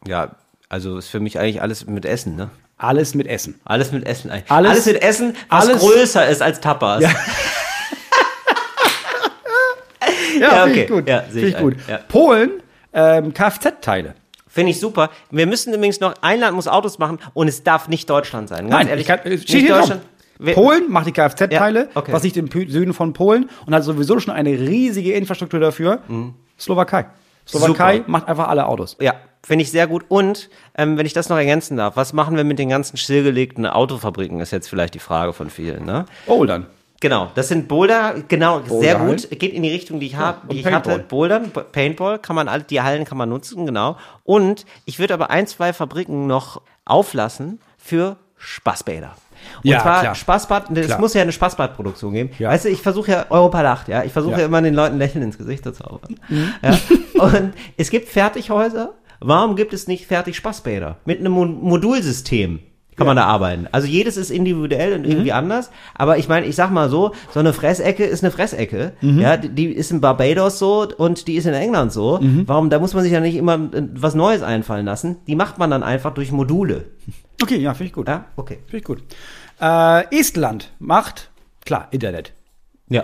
A: ja, also ist für mich eigentlich alles mit Essen, ne?
B: alles mit Essen.
A: Alles mit Essen. eigentlich.
B: Alles-
A: alles mit Essen, was
B: alles-
A: größer ist als Tapas. Ja. Ja,
B: finde ich
A: okay. Ja, sehe
B: finde
A: ich
B: ich gut.
A: ein. Ja.
B: Polen, ähm, Kfz-Teile.
A: Finde ich super. Wir müssen übrigens noch, ein Land muss Autos machen und es darf nicht Deutschland sein. Ganz ehrlich,
B: ich kann, äh,
A: nicht
B: steht hier
A: Deutschland.
B: drauf.
A: Wir-
B: Polen macht die Kfz-Teile,
A: Ja, okay.
B: was liegt im Pü- Süden von Polen und hat sowieso schon eine riesige Infrastruktur dafür. Slowakei. Slowakei
A: Mhm. Super.
B: macht einfach alle Autos.
A: Ja, finde ich sehr gut. Und ähm, wenn ich das noch ergänzen darf, was machen wir mit den ganzen stillgelegten Autofabriken, ist jetzt vielleicht die Frage von vielen. Ne?
B: Bouldern.
A: Genau, das sind Boulder, genau, sehr gut.
B: halt.
A: Geht in die Richtung, die ich, hab,
B: und
A: die ich
B: Paintball.
A: hatte. Bouldern, B- Paintball, kann man alle, die Hallen kann man nutzen, genau. Und ich würde aber ein, zwei Fabriken noch auflassen für Spaßbäder. Und
B: Ja,
A: zwar
B: klar.
A: Spaßbad, es
B: Klar.
A: muss ja eine Spaßbadproduktion geben.
B: Ja.
A: Weißt du, ich versuche ja, Europa lacht, ja. Ich versuche ja. Mhm.
B: Ja.
A: immer den Leuten Lächeln ins Gesicht zu zaubern. Ja. Und es gibt Fertighäuser. Warum gibt es nicht fertig Spaßbäder? Mit einem Mo- Modulsystem kann man da arbeiten. Also jedes ist individuell und irgendwie anders. Aber ich meine, ich sag mal so, so eine Fressecke ist eine Fressecke. Ja, die, die ist in Barbados so und die ist in England so. Warum, da muss man sich ja nicht immer äh, was Neues einfallen lassen. Die macht man dann einfach durch Module.
B: Okay, ja, finde ich gut.
A: Ja, okay.
B: Finde ich gut. Äh, Estland macht, klar, Internet.
A: Ja.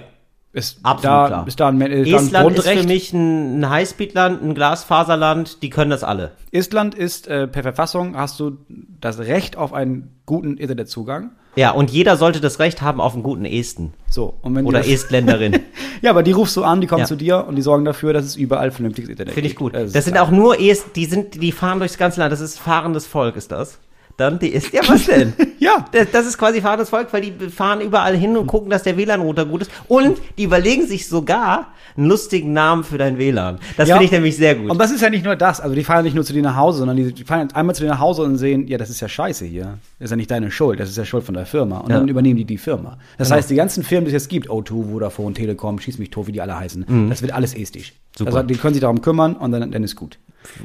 B: Ist
A: Absolut
B: da,
A: klar.
B: Ist da ein, ist da ein
A: Estland ist
B: Grundrecht.
A: für mich ein, ein Highspeedland, ein Glasfaserland, die können das alle.
B: Estland ist äh, per Verfassung hast du das Recht auf einen guten Internetzugang.
A: Ja, und jeder sollte das Recht haben auf einen guten Esten.
B: So und wenn die
A: Oder
B: das,
A: Estländerin.
B: Ja, aber die rufst du an, die kommen
A: Ja.
B: zu dir und die sorgen dafür, dass es überall vernünftiges Internet
A: Finde ich
B: gibt. Äh,
A: gut.
B: Das,
A: Das sind auch nur Est, die sind, die fahren durchs ganze Land. Das ist fahrendes Volk, ist das. Dann die ist. Ja, was denn?
B: Ja.
A: Das, das ist quasi fahrendes Volk, weil die fahren überall hin und gucken, dass der WLAN-Router gut ist. Und die überlegen sich sogar einen lustigen Namen für dein WLAN. Das
B: Ja.
A: finde ich nämlich sehr gut.
B: Und das ist ja nicht nur das. Also die fahren ja nicht nur zu dir nach Hause, sondern die fahren jetzt einmal zu dir nach Hause und sehen, ja, das ist ja scheiße hier. Das ist ja nicht deine Schuld, das ist ja Schuld von der Firma. Und
A: Ja. Genau.
B: dann übernehmen die die Firma. Das heißt, die ganzen Firmen, die es jetzt gibt, O2, Vodafone, Telekom, Schieß mich tot, wie die alle heißen, das wird alles estisch.
A: Mhm. Super.
B: Also die können sich darum kümmern und dann, dann ist gut.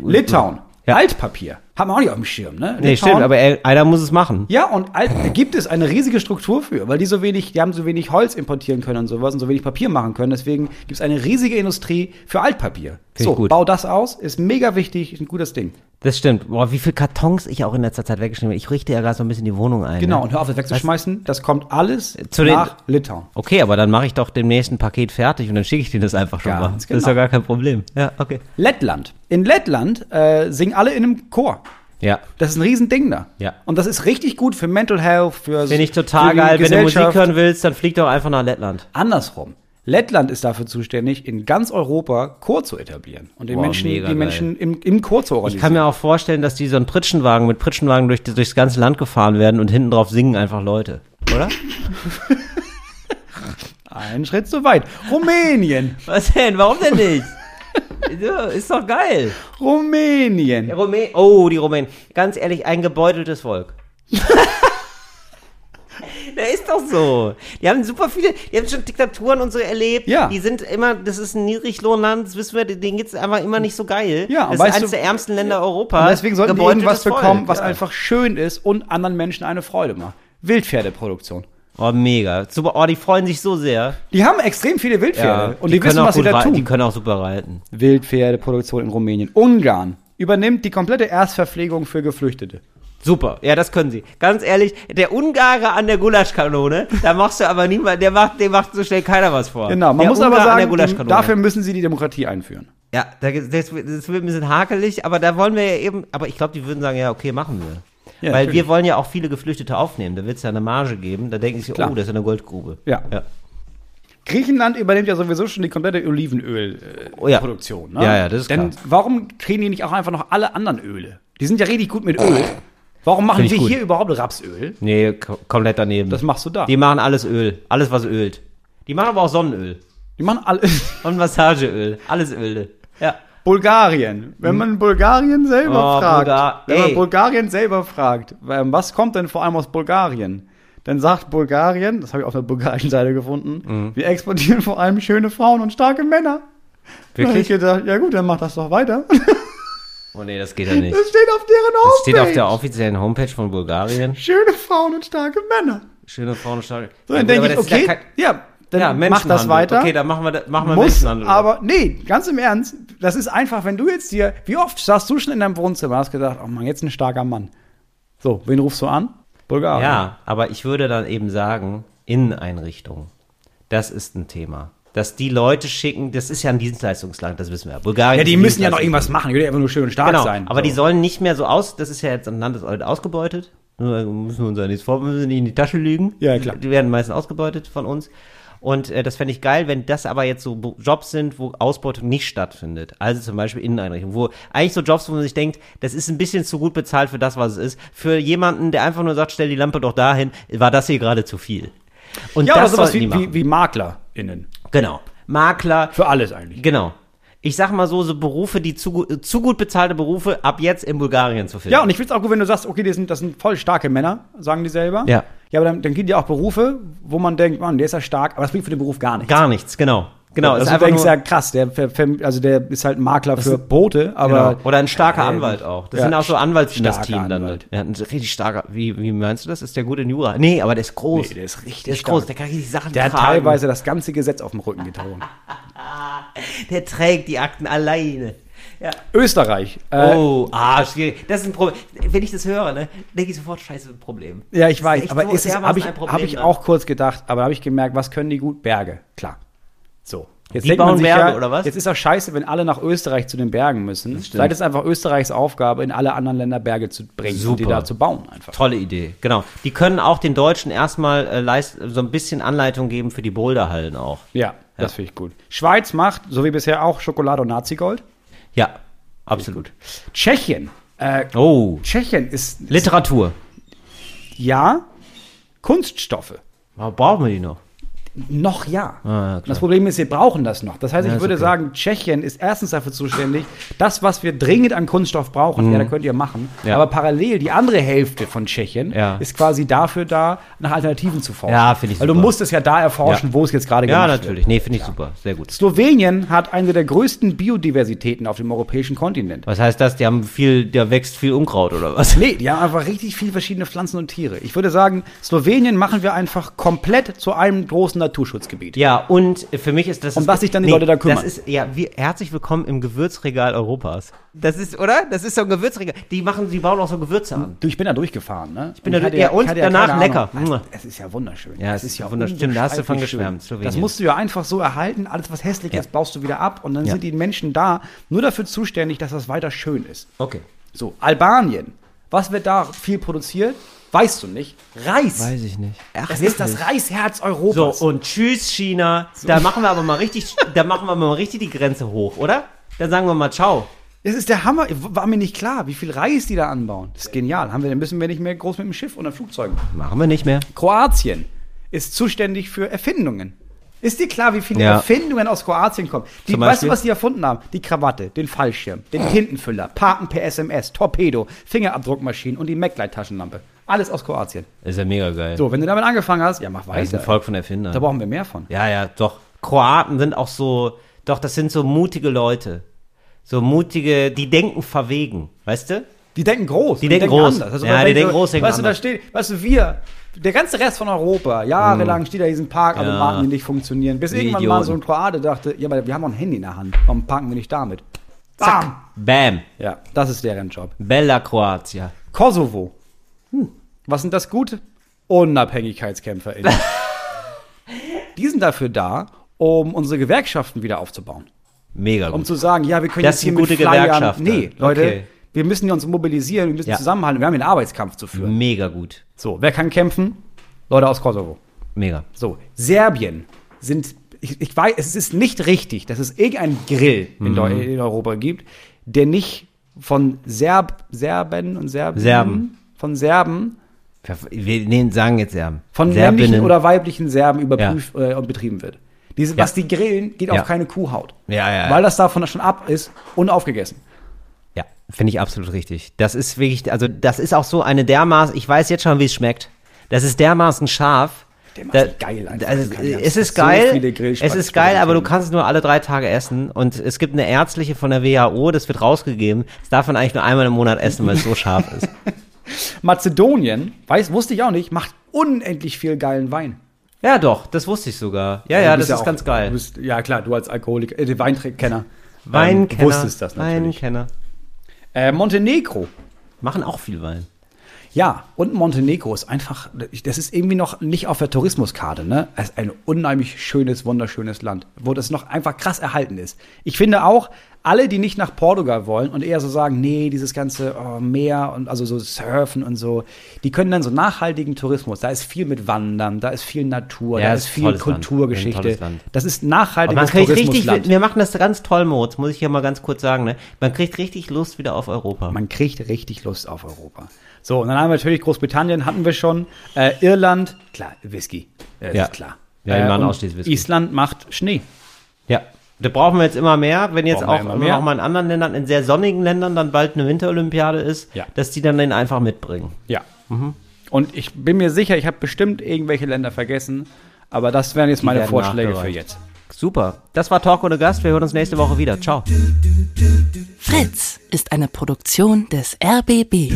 B: Litauen.
A: Ja.
B: Altpapier. Haben wir auch nicht auf dem Schirm, ne?
A: nee, stimmt, aber äh, einer muss es machen.
B: Ja, und all- da gibt es eine riesige Struktur für, weil die so wenig, die haben so wenig Holz importieren können und sowas und so wenig Papier machen können. Deswegen gibt es eine riesige Industrie für Altpapier.
A: Finde ich
B: so,
A: gut.
B: bau das aus, ist mega wichtig, ist ein gutes Ding.
A: Das stimmt. Boah, wie viel Kartons ich auch in letzter Zeit weggeschrieben habe. Ich richte ja gerade so ein bisschen die Wohnung ein.
B: Genau,
A: Ne?
B: und hör auf, das wegzuschmeißen. Das kommt alles
A: Äh, Zu den-
B: nach Litauen.
A: Okay, aber dann mache ich doch demnächst ein Paket fertig und dann schicke ich dir das einfach schon
B: Ganz
A: mal. Das ist
B: genau.
A: ja gar kein Problem. Ja, okay.
B: Lettland. In Lettland äh, singen alle in einem Chor.
A: Ja.
B: Das ist ein Riesending da.
A: Ja.
B: Und das ist richtig gut für Mental Health, für
A: Finde ich total
B: für die
A: geil. Wenn du Musik
B: Gesellschaft.
A: hören willst, dann flieg doch einfach nach Lettland.
B: Andersrum. Lettland ist dafür zuständig, in ganz Europa Chor zu etablieren und den
A: Boah,
B: Menschen, die
A: mega geil.
B: Menschen im, im Chor zu
A: Ich
B: organisieren.
A: kann mir auch vorstellen, dass die so einen Pritschenwagen mit Pritschenwagen durch, durchs ganze Land gefahren werden und hinten drauf singen einfach Leute. Oder?
B: Einen Schritt zu weit. Rumänien.
A: Was denn? Warum denn nicht? Ja, Ist doch geil.
B: Rumänien.
A: Rumä oh, die Rumänen. Ganz ehrlich, ein gebeuteltes Volk. Da ist doch so. Die haben super viele, die haben schon Diktaturen und so erlebt.
B: Ja.
A: Die sind immer, das ist ein Niedriglohnland, das wissen wir, denen geht's einfach immer nicht so geil.
B: Ja,
A: das
B: und
A: ist
B: weißt
A: eines
B: du-
A: der ärmsten Länder Europas.
B: Und deswegen sollten die
A: Gebeuteltes
B: irgendwas
A: Volk.
B: bekommen, was
A: ja.
B: einfach schön ist und anderen Menschen eine Freude macht. Wildpferdeproduktion.
A: Oh, mega. Super. Oh, die freuen sich so sehr.
B: Die haben extrem viele Wildpferde und die,
A: können
B: wissen,
A: auch
B: was sie
A: gut
B: da
A: rei- Die
B: tun.
A: können auch super reiten.
B: Wildpferdeproduktion in Rumänien. Ungarn übernimmt die komplette Erstverpflegung für Geflüchtete.
A: Super, ja, das können sie. Ganz ehrlich, der Ungarer an der Gulaschkanone, da machst du aber niemand, der macht, dem macht so schnell keiner was vor.
B: Genau, man
A: der
B: muss aber
A: Ungar an der
B: sagen, die,
A: Gulaschkanone.
B: dafür müssen sie die Demokratie einführen.
A: Ja, da, das, das wird ein bisschen hakelig, aber da wollen wir ja eben, aber ich glaube, die würden sagen, ja, okay, machen wir.
B: Ja,
A: Weil
B: natürlich.
A: wir wollen ja auch viele Geflüchtete aufnehmen, da wird es ja eine Marge geben, da denken sie,
B: Klar.
A: oh, das ist eine Goldgrube.
B: Ja. Griechenland übernimmt ja sowieso schon die komplette Olivenölproduktion. Äh,
A: Oh ja.
B: Produktion, ne?
A: Ja, ja, das ist
B: Denn
A: klar.
B: warum kriegen die nicht auch einfach noch alle anderen Öle? Die sind ja richtig gut mit Öl. Warum machen
A: Finde ich
B: wir
A: gut.
B: hier überhaupt Rapsöl?
A: Nee, ko- komplett daneben.
B: Das machst du da.
A: Die machen alles Öl, alles was ölt. Die machen aber auch Sonnenöl
B: Die machen alles.
A: und Massageöl, alles Öle. Ja.
B: Bulgarien. Wenn man Bulgarien selber
A: Oh,
B: fragt,
A: Bulgar-
B: wenn man
A: ey.
B: Bulgarien selber fragt, ähm, was kommt denn vor allem aus Bulgarien? Dann sagt Bulgarien, das habe ich auf der bulgarischen Seite gefunden,
A: Mhm.
B: wir exportieren vor allem schöne Frauen und starke Männer. Da habe ich gedacht, ja gut, dann mach das doch weiter.
A: Oh nee, das geht ja nicht.
B: Das steht auf deren Homepage.
A: Das steht auf der offiziellen Homepage von Bulgarien.
B: Schöne Frauen und starke Männer.
A: Schöne Frauen stark.
B: So, dann
A: Ja, gut,
B: denke
A: aber
B: ich,
A: das ist ja
B: okay,
A: kein-
B: ja, dann
A: Ja,
B: mach das
A: Menschenhandel.
B: weiter.
A: Okay, dann machen wir, da- machen wir
B: muss,
A: Menschenhandel.
B: aber nee, ganz im Ernst, das ist einfach, wenn du jetzt hier, wie oft saßt du schon in deinem Wohnzimmer und hast gedacht, oh Mann, jetzt ein starker Mann. So, wen rufst du an? Bulgarien.
A: ja, aber ich würde dann eben sagen, Inneneinrichtung. Das ist ein Thema. Dass die Leute schicken, das ist ja ein Dienstleistungsland, das wissen wir. Bulgarien.
B: Ja, die
A: ist ein
B: müssen ja noch
A: Dienstleistungs-
B: irgendwas machen, die können ja einfach nur schön und stark
A: also- genau,
B: sein.
A: Aber
B: so.
A: die sollen nicht mehr so aus, das ist ja jetzt ein Land, das wird ausgebeutet. Nur äh, Müssen wir uns ja nichts vor, müssen wir nicht in die Tasche lügen.
B: Ja, klar.
A: Die werden meistens ausgebeutet von uns. Und äh, das fände ich geil, wenn das aber jetzt so Bo- Jobs sind, wo Ausbeutung nicht stattfindet. Also zum Beispiel Inneneinrichtungen, wo eigentlich so Jobs, wo man sich denkt, das ist ein bisschen zu gut bezahlt für das, was es ist. Für jemanden, der einfach nur sagt, stell die Lampe doch dahin, war das hier gerade zu viel. Und
B: ja,
A: das
B: oder sowas
A: sollten die
B: wie,
A: machen.
B: wie, wie MaklerInnen.
A: genau. Makler,
B: Für alles eigentlich.
A: Genau. Ich sag mal so, so Berufe, die zu, gu- zu gut bezahlte Berufe ab jetzt in Bulgarien zu finden.
B: Ja, und ich find's auch gut, wenn du sagst, okay, das sind, das sind voll starke Männer, sagen die selber.
A: Ja.
B: Ja, aber dann, dann gibt ja auch Berufe, wo man denkt, Mann, der ist ja stark, aber das bringt für den Beruf gar nichts.
A: Gar nichts, genau. Genau,
B: also
A: ist
B: du
A: einfach
B: denkst
A: nur,
B: ja krass, der, ver- ver- also der ist halt Makler für Boote, aber.
A: genau. Oder ein starker Anwalt auch. Das
B: Ja,
A: sind auch so
B: starker
A: Anwaltsdynastien dann. halt.
B: Anwalt.
A: Ja, ein richtig starker. Wie, wie meinst du das? Ist der gut in Jura? Nee, aber der ist groß.
B: Nee, der ist richtig
A: Der ist groß,
B: stark.
A: der kann richtig Sachen
B: Der hat
A: tragen.
B: teilweise das ganze Gesetz auf dem Rücken getragen.
A: Der trägt die Akten alleine. Ja.
B: Österreich. Äh,
A: oh, ah, schwierig. Das ist ein Problem. Wenn ich das höre, ne, denke ich sofort, scheiße, ein Problem.
B: Ja, ich
A: Das
B: weiß,
A: echt
B: aber
A: so
B: ist es
A: dermaßen
B: habe ich,
A: ein Problem
B: hab ich
A: dann.
B: auch kurz gedacht, aber habe ich gemerkt, was können die gut? Berge, klar. So. Jetzt
A: Die
B: denkt man
A: bauen
B: sich
A: Berge,
B: ja,
A: oder was?
B: Jetzt ist auch scheiße, wenn alle nach Österreich zu den Bergen müssen.
A: stimmt.
B: Vielleicht ist einfach Österreichs Aufgabe, in alle anderen Länder Berge zu bringen und die
A: Super.
B: da zu bauen einfach.
A: Tolle Idee, genau. Die können auch den Deutschen erstmal äh, leist, so ein bisschen Anleitung geben für die Boulderhallen auch.
B: Ja, das finde ich gut. Schweiz macht, so wie bisher auch, Schokolade und Nazigold.
A: Ja, absolut.
B: Tschechien äh,
D: Oh,
B: Tschechien ist
A: Literatur.
B: ja Kunststoffe.
A: Aber brauchen wir die noch?
B: Noch ja.
A: Ah, ja, klar.
B: Und das Problem ist, wir brauchen das noch. Das heißt, ich
A: ist
B: würde
A: okay.
B: sagen, Tschechien ist erstens dafür zuständig, das, was wir dringend an Kunststoff brauchen, ja, da könnt ihr machen.
A: Mhm. Ja.
B: Aber parallel, die andere Hälfte von Tschechien
A: Ja.
B: ist quasi dafür da, nach Alternativen zu forschen.
A: Ja, finde ich
B: Weil du
A: super.
B: musst es ja da erforschen,
A: Ja.
B: wo es jetzt gerade
A: Ja,
B: gemacht wird.
A: natürlich. Nee, finde ich super. Sehr gut.
B: Slowenien hat eine der größten Biodiversitäten auf dem europäischen Kontinent.
A: Was heißt das? Die haben viel, da wächst viel Unkraut oder was?
B: Nee, die haben einfach richtig viele verschiedene Pflanzen und Tiere. Ich würde sagen, Slowenien machen wir einfach komplett zu einem großen Naturschutzgebiet.
A: Ja, und für mich ist das.
B: Um was sich dann die Leute da kümmern.
A: Das ist, ja, wir, herzlich willkommen im Gewürzregal Europas. Das ist, oder? Das ist so ein Gewürzregal. Die machen, die bauen auch so Gewürze an.
B: Du, ich bin da durchgefahren, ne? Ich
A: bin da durch- ja, und danach lecker.
B: Es ist ja wunderschön.
A: Ja, es ist ja wunderschön. Stimmt, da hast du von
B: unbeschreiblich
A: geschwärmt,
B: schön.
A: Slowenien.
B: Das musst du ja einfach so erhalten. Alles, was hässlich ist, baust du wieder ab. Und dann
A: Ja.
B: sind die Menschen da nur dafür zuständig, dass das weiter schön ist.
A: Okay.
B: So, Albanien. Was wird da viel produziert? Weißt du nicht. Reis.
A: Weiß ich nicht.
B: Ach, das ist das Reisherz Europas.
A: So, und tschüss, China. Da machen wir aber mal richtig, da machen wir mal richtig die Grenze hoch, oder? Dann sagen wir mal ciao.
B: Es ist der Hammer. War mir nicht klar, wie viel Reis die da anbauen. Das ist genial. Haben wir, dann müssen wir nicht mehr groß mit dem Schiff oder Flugzeugen.
A: Machen wir nicht mehr.
B: Kroatien ist zuständig für Erfindungen. Ist dir klar, wie viele
A: Ja.
B: Erfindungen aus Kroatien kommen? Die,
A: Zum
B: weißt du,
A: Beispiel?
B: was die erfunden haben? Die Krawatte, den Fallschirm, den Tintenfüller, Paten per SMS, Torpedo, Fingerabdruckmaschinen und die MacLight-Taschenlampe. Alles aus Kroatien.
A: Ist ja mega geil.
B: So, wenn du damit angefangen hast, ja, mach
A: das ist ein
B: weiter.
A: Volk von Erfindern.
B: Da brauchen wir mehr von.
A: Ja, ja, doch. Kroaten sind auch so, doch, das sind so mutige Leute. So mutige, die denken verwegen, weißt du?
B: Die denken groß. Die,
A: denken groß.
B: Anders. Also,
A: Ja,
B: man
A: die
B: denkt
A: denken
B: so,
A: groß, denken
B: Weißt du, da
A: anders.
B: steht, weißt du, wir, der ganze Rest von Europa, jahrelang steht da diesen Park, aber
A: Mhm. Ja.
B: Marken, die nicht funktionieren. Bis
A: Die
B: irgendwann mal
A: Idioten.
B: so ein Kroate dachte, ja, aber wir haben auch ein Handy in der Hand. Warum parken wir nicht damit? Bam!
A: Bam.
B: Ja, das ist deren Job.
A: Bella Kroatia.
B: Kosovo. Hm, Was sind das gut? UnabhängigkeitskämpferInnen. die sind dafür da, um unsere Gewerkschaften wieder aufzubauen.
A: Mega
B: Um
A: gut.
B: zu sagen, ja, wir können
A: Das
B: jetzt hier
A: sind
B: mit
A: gute
B: Flyern-
A: Gewerkschafter.
B: Nee, Leute,
A: Okay.
B: wir müssen uns mobilisieren, wir müssen
A: Ja. Mhm.
B: zusammenhalten, wir haben hier einen Arbeitskampf zu führen.
A: Mega gut.
B: So, wer kann kämpfen? Leute aus Kosovo.
A: Mega.
B: So, Serbien sind, ich, ich weiß, es ist nicht richtig, dass es irgendeinen Grill in, Deu-
A: Mhm.
B: in Europa gibt, der nicht von Serb, Serben und Serben,
A: Serben.
B: von Serben,
A: Wir, wir nee, sagen jetzt Serben.
B: von männlichen
A: Serbinnen.
B: oder weiblichen Serben überprüft äh, und betrieben wird. Diese, Was die grillen, geht
A: Ja.
B: auf keine Kuhhaut.
A: Ja, ja, ja.
B: Weil das davon schon ab ist, unaufgegessen.
A: Ja, finde ich absolut richtig. Das ist wirklich, also das ist auch so eine dermaßen, ich weiß jetzt schon, wie es schmeckt. Das ist dermaßen scharf.
B: Dermaßen geil einfach.
A: Also,
B: Du kannst
A: es ist
B: so
A: geil,
B: viele Grillspatzen-
A: es ist geil, aber du kannst es nur alle drei Tage essen. Und es gibt eine ärztliche von der WHO, das wird rausgegeben. Das darf man eigentlich nur einmal im Monat essen, weil es so scharf ist.
B: Mazedonien, weiß, wusste ich auch nicht, macht unendlich viel geilen Wein. Also
A: Ja, doch, das wusste ich sogar. Ja, ja,
B: Du
A: das
B: bist
A: ist
B: auch-
A: ganz geil.
B: du Bist, ja, klar, du als Alkoholiker, äh, Weinkenner.
A: Weinkenner.
B: Ähm, wusstest das natürlich.
A: Weinkenner.
B: Äh, Montenegro.
A: Machen auch viel Wein.
B: Ja, und Montenegro ist einfach, das ist irgendwie noch nicht auf der Tourismuskarte, ne? Es ist ein unheimlich schönes, wunderschönes Land, wo das noch einfach krass erhalten ist. Ich finde auch, alle, die nicht nach Portugal wollen und eher so sagen, nee, dieses ganze oh, Meer und also so Surfen und so, die können dann so nachhaltigen Tourismus, da ist viel mit Wandern, da ist viel Natur,
A: Ja,
B: da
A: es
B: ist
A: ist ein
B: viel
A: tolles Land. Ein
B: Kulturgeschichte.
A: tolles Land.
B: Das ist
A: Aber man
B: nachhaltiges
A: kriegt richtig,
B: Tourismusland.
A: wir machen das ganz toll, Moritz, muss ich ja mal ganz kurz sagen. Ne? Man kriegt richtig Lust wieder auf Europa.
B: Man kriegt richtig Lust auf Europa. So, und dann haben wir natürlich Großbritannien, hatten wir schon. Äh, Irland, klar, Whisky. Äh,
A: Ja.
B: Ist klar. Äh,
A: Ja, die machen
B: und
A: ausschließlich Whisky.
B: Island macht Schnee.
A: Ja. Da brauchen wir jetzt immer mehr, wenn jetzt
B: Brauchen wir
A: auch
B: immer
A: immer
B: mehr.
A: noch mal in anderen Ländern, in sehr sonnigen Ländern dann bald eine Winterolympiade ist,
B: Ja.
A: dass die dann den einfach mitbringen.
B: Ja.
A: Mhm.
B: Und ich bin mir sicher, ich habe bestimmt irgendwelche Länder vergessen, aber das wären jetzt meine
A: werden
B: Vorschläge für
A: nachgereicht.
B: jetzt.
A: Super. Das war Talk ohne Gast. Wir hören uns nächste Woche wieder. Ciao.
C: Fritz ist eine Produktion des RBB.